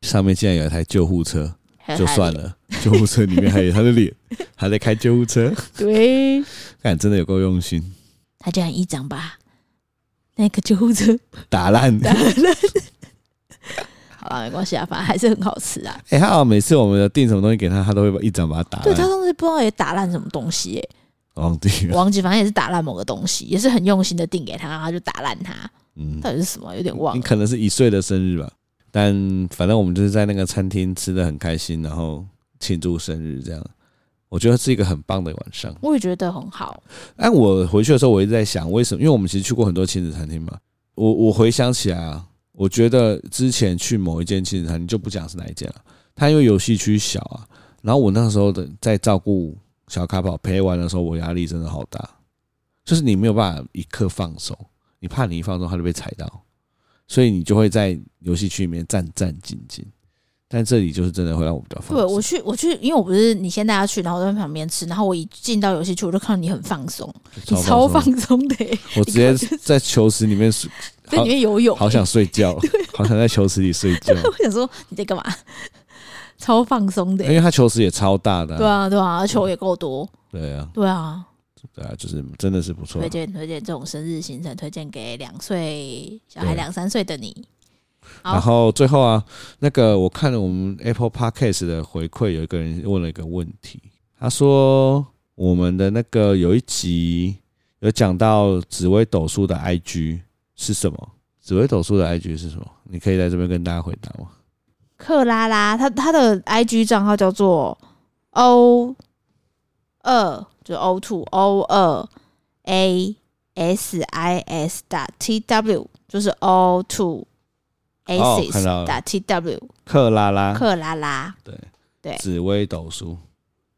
Speaker 1: 上面竟然有一台救护车，
Speaker 2: 还有
Speaker 1: 就
Speaker 2: 他的
Speaker 1: 算
Speaker 2: 脸。
Speaker 1: 了，救护车里面还有他的脸， (laughs) 还在开救护车，
Speaker 2: 对，
Speaker 1: 看真的有够用心，
Speaker 2: 他竟然一掌把那个救护车
Speaker 1: 打烂。
Speaker 2: 打了。 (laughs) 好了，没关系啊，反正还是很好吃啊。
Speaker 1: (laughs) 哎、他好像每次我们订什么东西给他，他都会把一掌把它打
Speaker 2: 对他
Speaker 1: 烂，
Speaker 2: 上次不知道也打烂什么东西、欸，
Speaker 1: 我忘记
Speaker 2: 我
Speaker 1: 了。
Speaker 2: 忘记，反正也是打烂某个东西，也是很用心的订给他，然后他就打烂它，
Speaker 1: 嗯，
Speaker 2: 到底是什么？有点忘
Speaker 1: 你
Speaker 2: 了。
Speaker 1: 可能是一岁的生日吧，但反正我们就是在那个餐厅吃的很开心，然后庆祝生日这样。我觉得是一个很棒的晚上。
Speaker 2: 我也觉得很好，
Speaker 1: 但哎我回去的时候，我一直在想，为什么？因为我们其实去过很多亲子餐厅嘛。我我回想起来啊，我觉得之前去某一间亲子餐厅就不讲是哪一间了，它因为游戏区小啊，然后我那时候的在照顾小卡宝陪玩的时候，我压力真的好大，就是你没有办法一刻放手，你怕你一放松他就被踩到，所以你就会在游戏区里面战战兢兢。但这里就是真的会让我比较放
Speaker 2: 对
Speaker 1: 松，
Speaker 2: 我去，我去，因为我不是你先带他去，然后我在旁边吃，然后我一进到游戏区，我就看到你很放松，你超放
Speaker 1: 松，
Speaker 2: 松的、欸，
Speaker 1: 我直接在球池里面睡，
Speaker 2: 在里面游泳、
Speaker 1: 好想睡觉， (laughs) 好想在球池里睡觉，
Speaker 2: (laughs) 我想说你在干嘛？ (laughs) 超放松
Speaker 1: (laughs)
Speaker 2: 的、
Speaker 1: 因
Speaker 2: 欸，
Speaker 1: 为它球池也超大的
Speaker 2: 对
Speaker 1: 啊、
Speaker 2: 啊，对啊，球也够多，
Speaker 1: 对啊，
Speaker 2: 对啊，
Speaker 1: 对啊，就是真的是不错
Speaker 2: 推。荐推荐这种生日行程，推荐给两岁小孩
Speaker 1: 对
Speaker 2: 两三岁的你。好
Speaker 1: 然后最后啊，那个我看了我们 Apple Podcast 的回馈，有一个人问了一个问题，他说我们的那个有一集有讲到紫薇斗数的 IG 是什么？紫薇斗数的 IG 是什么？你可以在这边跟大家回答吗？
Speaker 2: 克拉拉，她她的 IG 账号叫做 O 二，就 O two O 二 A S I S 打 T W，就是 O two A
Speaker 1: 哦看
Speaker 2: S
Speaker 1: 到了
Speaker 2: 打 T W，
Speaker 1: 克拉拉，
Speaker 2: 克拉拉，
Speaker 1: 对
Speaker 2: 对
Speaker 1: 紫薇斗数。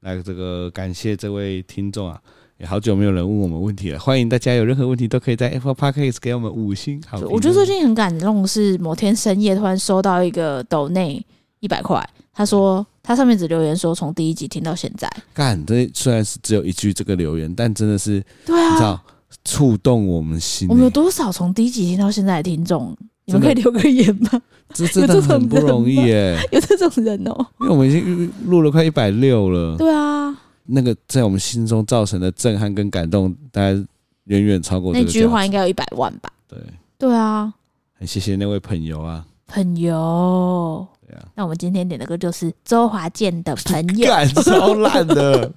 Speaker 1: 那这个感谢这位听众啊，也好久没有人问我们问题了。欢迎大家有任何问题都可以在 Apple Podcast 给我们五星好评哦。
Speaker 2: 我觉得最近很感动的是，某天深夜突然收到一个抖内一百块，他说他上面只留言说从第一集听到现在，
Speaker 1: 干这虽然是只有一句这个留言，但真的是你
Speaker 2: 对
Speaker 1: 知
Speaker 2: 啊，
Speaker 1: 道触动我们心欸、
Speaker 2: 我们有多少从第一集听到现在的听众？你们可以
Speaker 1: 真的
Speaker 2: 留个言吗？ (laughs)
Speaker 1: 这真
Speaker 2: 有
Speaker 1: 的
Speaker 2: 这种
Speaker 1: 很不容易耶、
Speaker 2: 有这种人哦、
Speaker 1: 因为我们已经录了快一百六了，
Speaker 2: 对啊，
Speaker 1: 那个在我们心中造成的震撼跟感动，大概远远超过这
Speaker 2: 那
Speaker 1: 个
Speaker 2: 句
Speaker 1: 价值。
Speaker 2: 话应该有一百万吧？
Speaker 1: 对，
Speaker 2: 对啊，
Speaker 1: 很谢谢那位朋友啊，
Speaker 2: 朋友。
Speaker 1: 对啊，
Speaker 2: 那我们今天点的歌就是周华健的《朋友》，
Speaker 1: 干超烂的，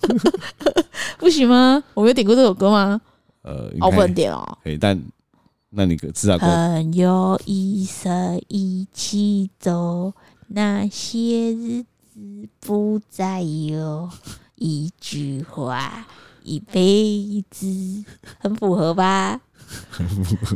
Speaker 1: (laughs)
Speaker 2: 不行吗？我没有点过这首歌吗？
Speaker 1: 呃，应
Speaker 2: 哦，不
Speaker 1: 该
Speaker 2: 能点哦。
Speaker 1: 可以，但那你可至少给我
Speaker 2: 朋友呃一生一起走，那些日子不再有。一句话，一辈子，很符合吧？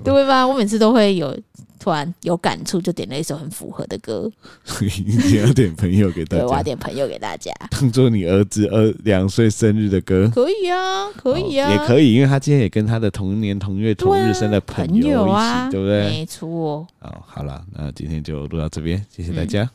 Speaker 2: 对吧？我每次都会有突然有感触，就点了一首很符合的歌。
Speaker 1: (laughs) 你要点朋友给大
Speaker 2: 对，挖
Speaker 1: 家，
Speaker 2: 点朋友给大家，
Speaker 1: 当做你儿子二两岁生日的歌。
Speaker 2: 可以啊，可以啊，
Speaker 1: 哦也可以，因为他今天也跟他的同年同月同日生的
Speaker 2: 朋
Speaker 1: 友一起，
Speaker 2: 啊，
Speaker 1: 对不对？
Speaker 2: 没错，
Speaker 1: 哦，好了，那今天就录到这边，谢谢大家，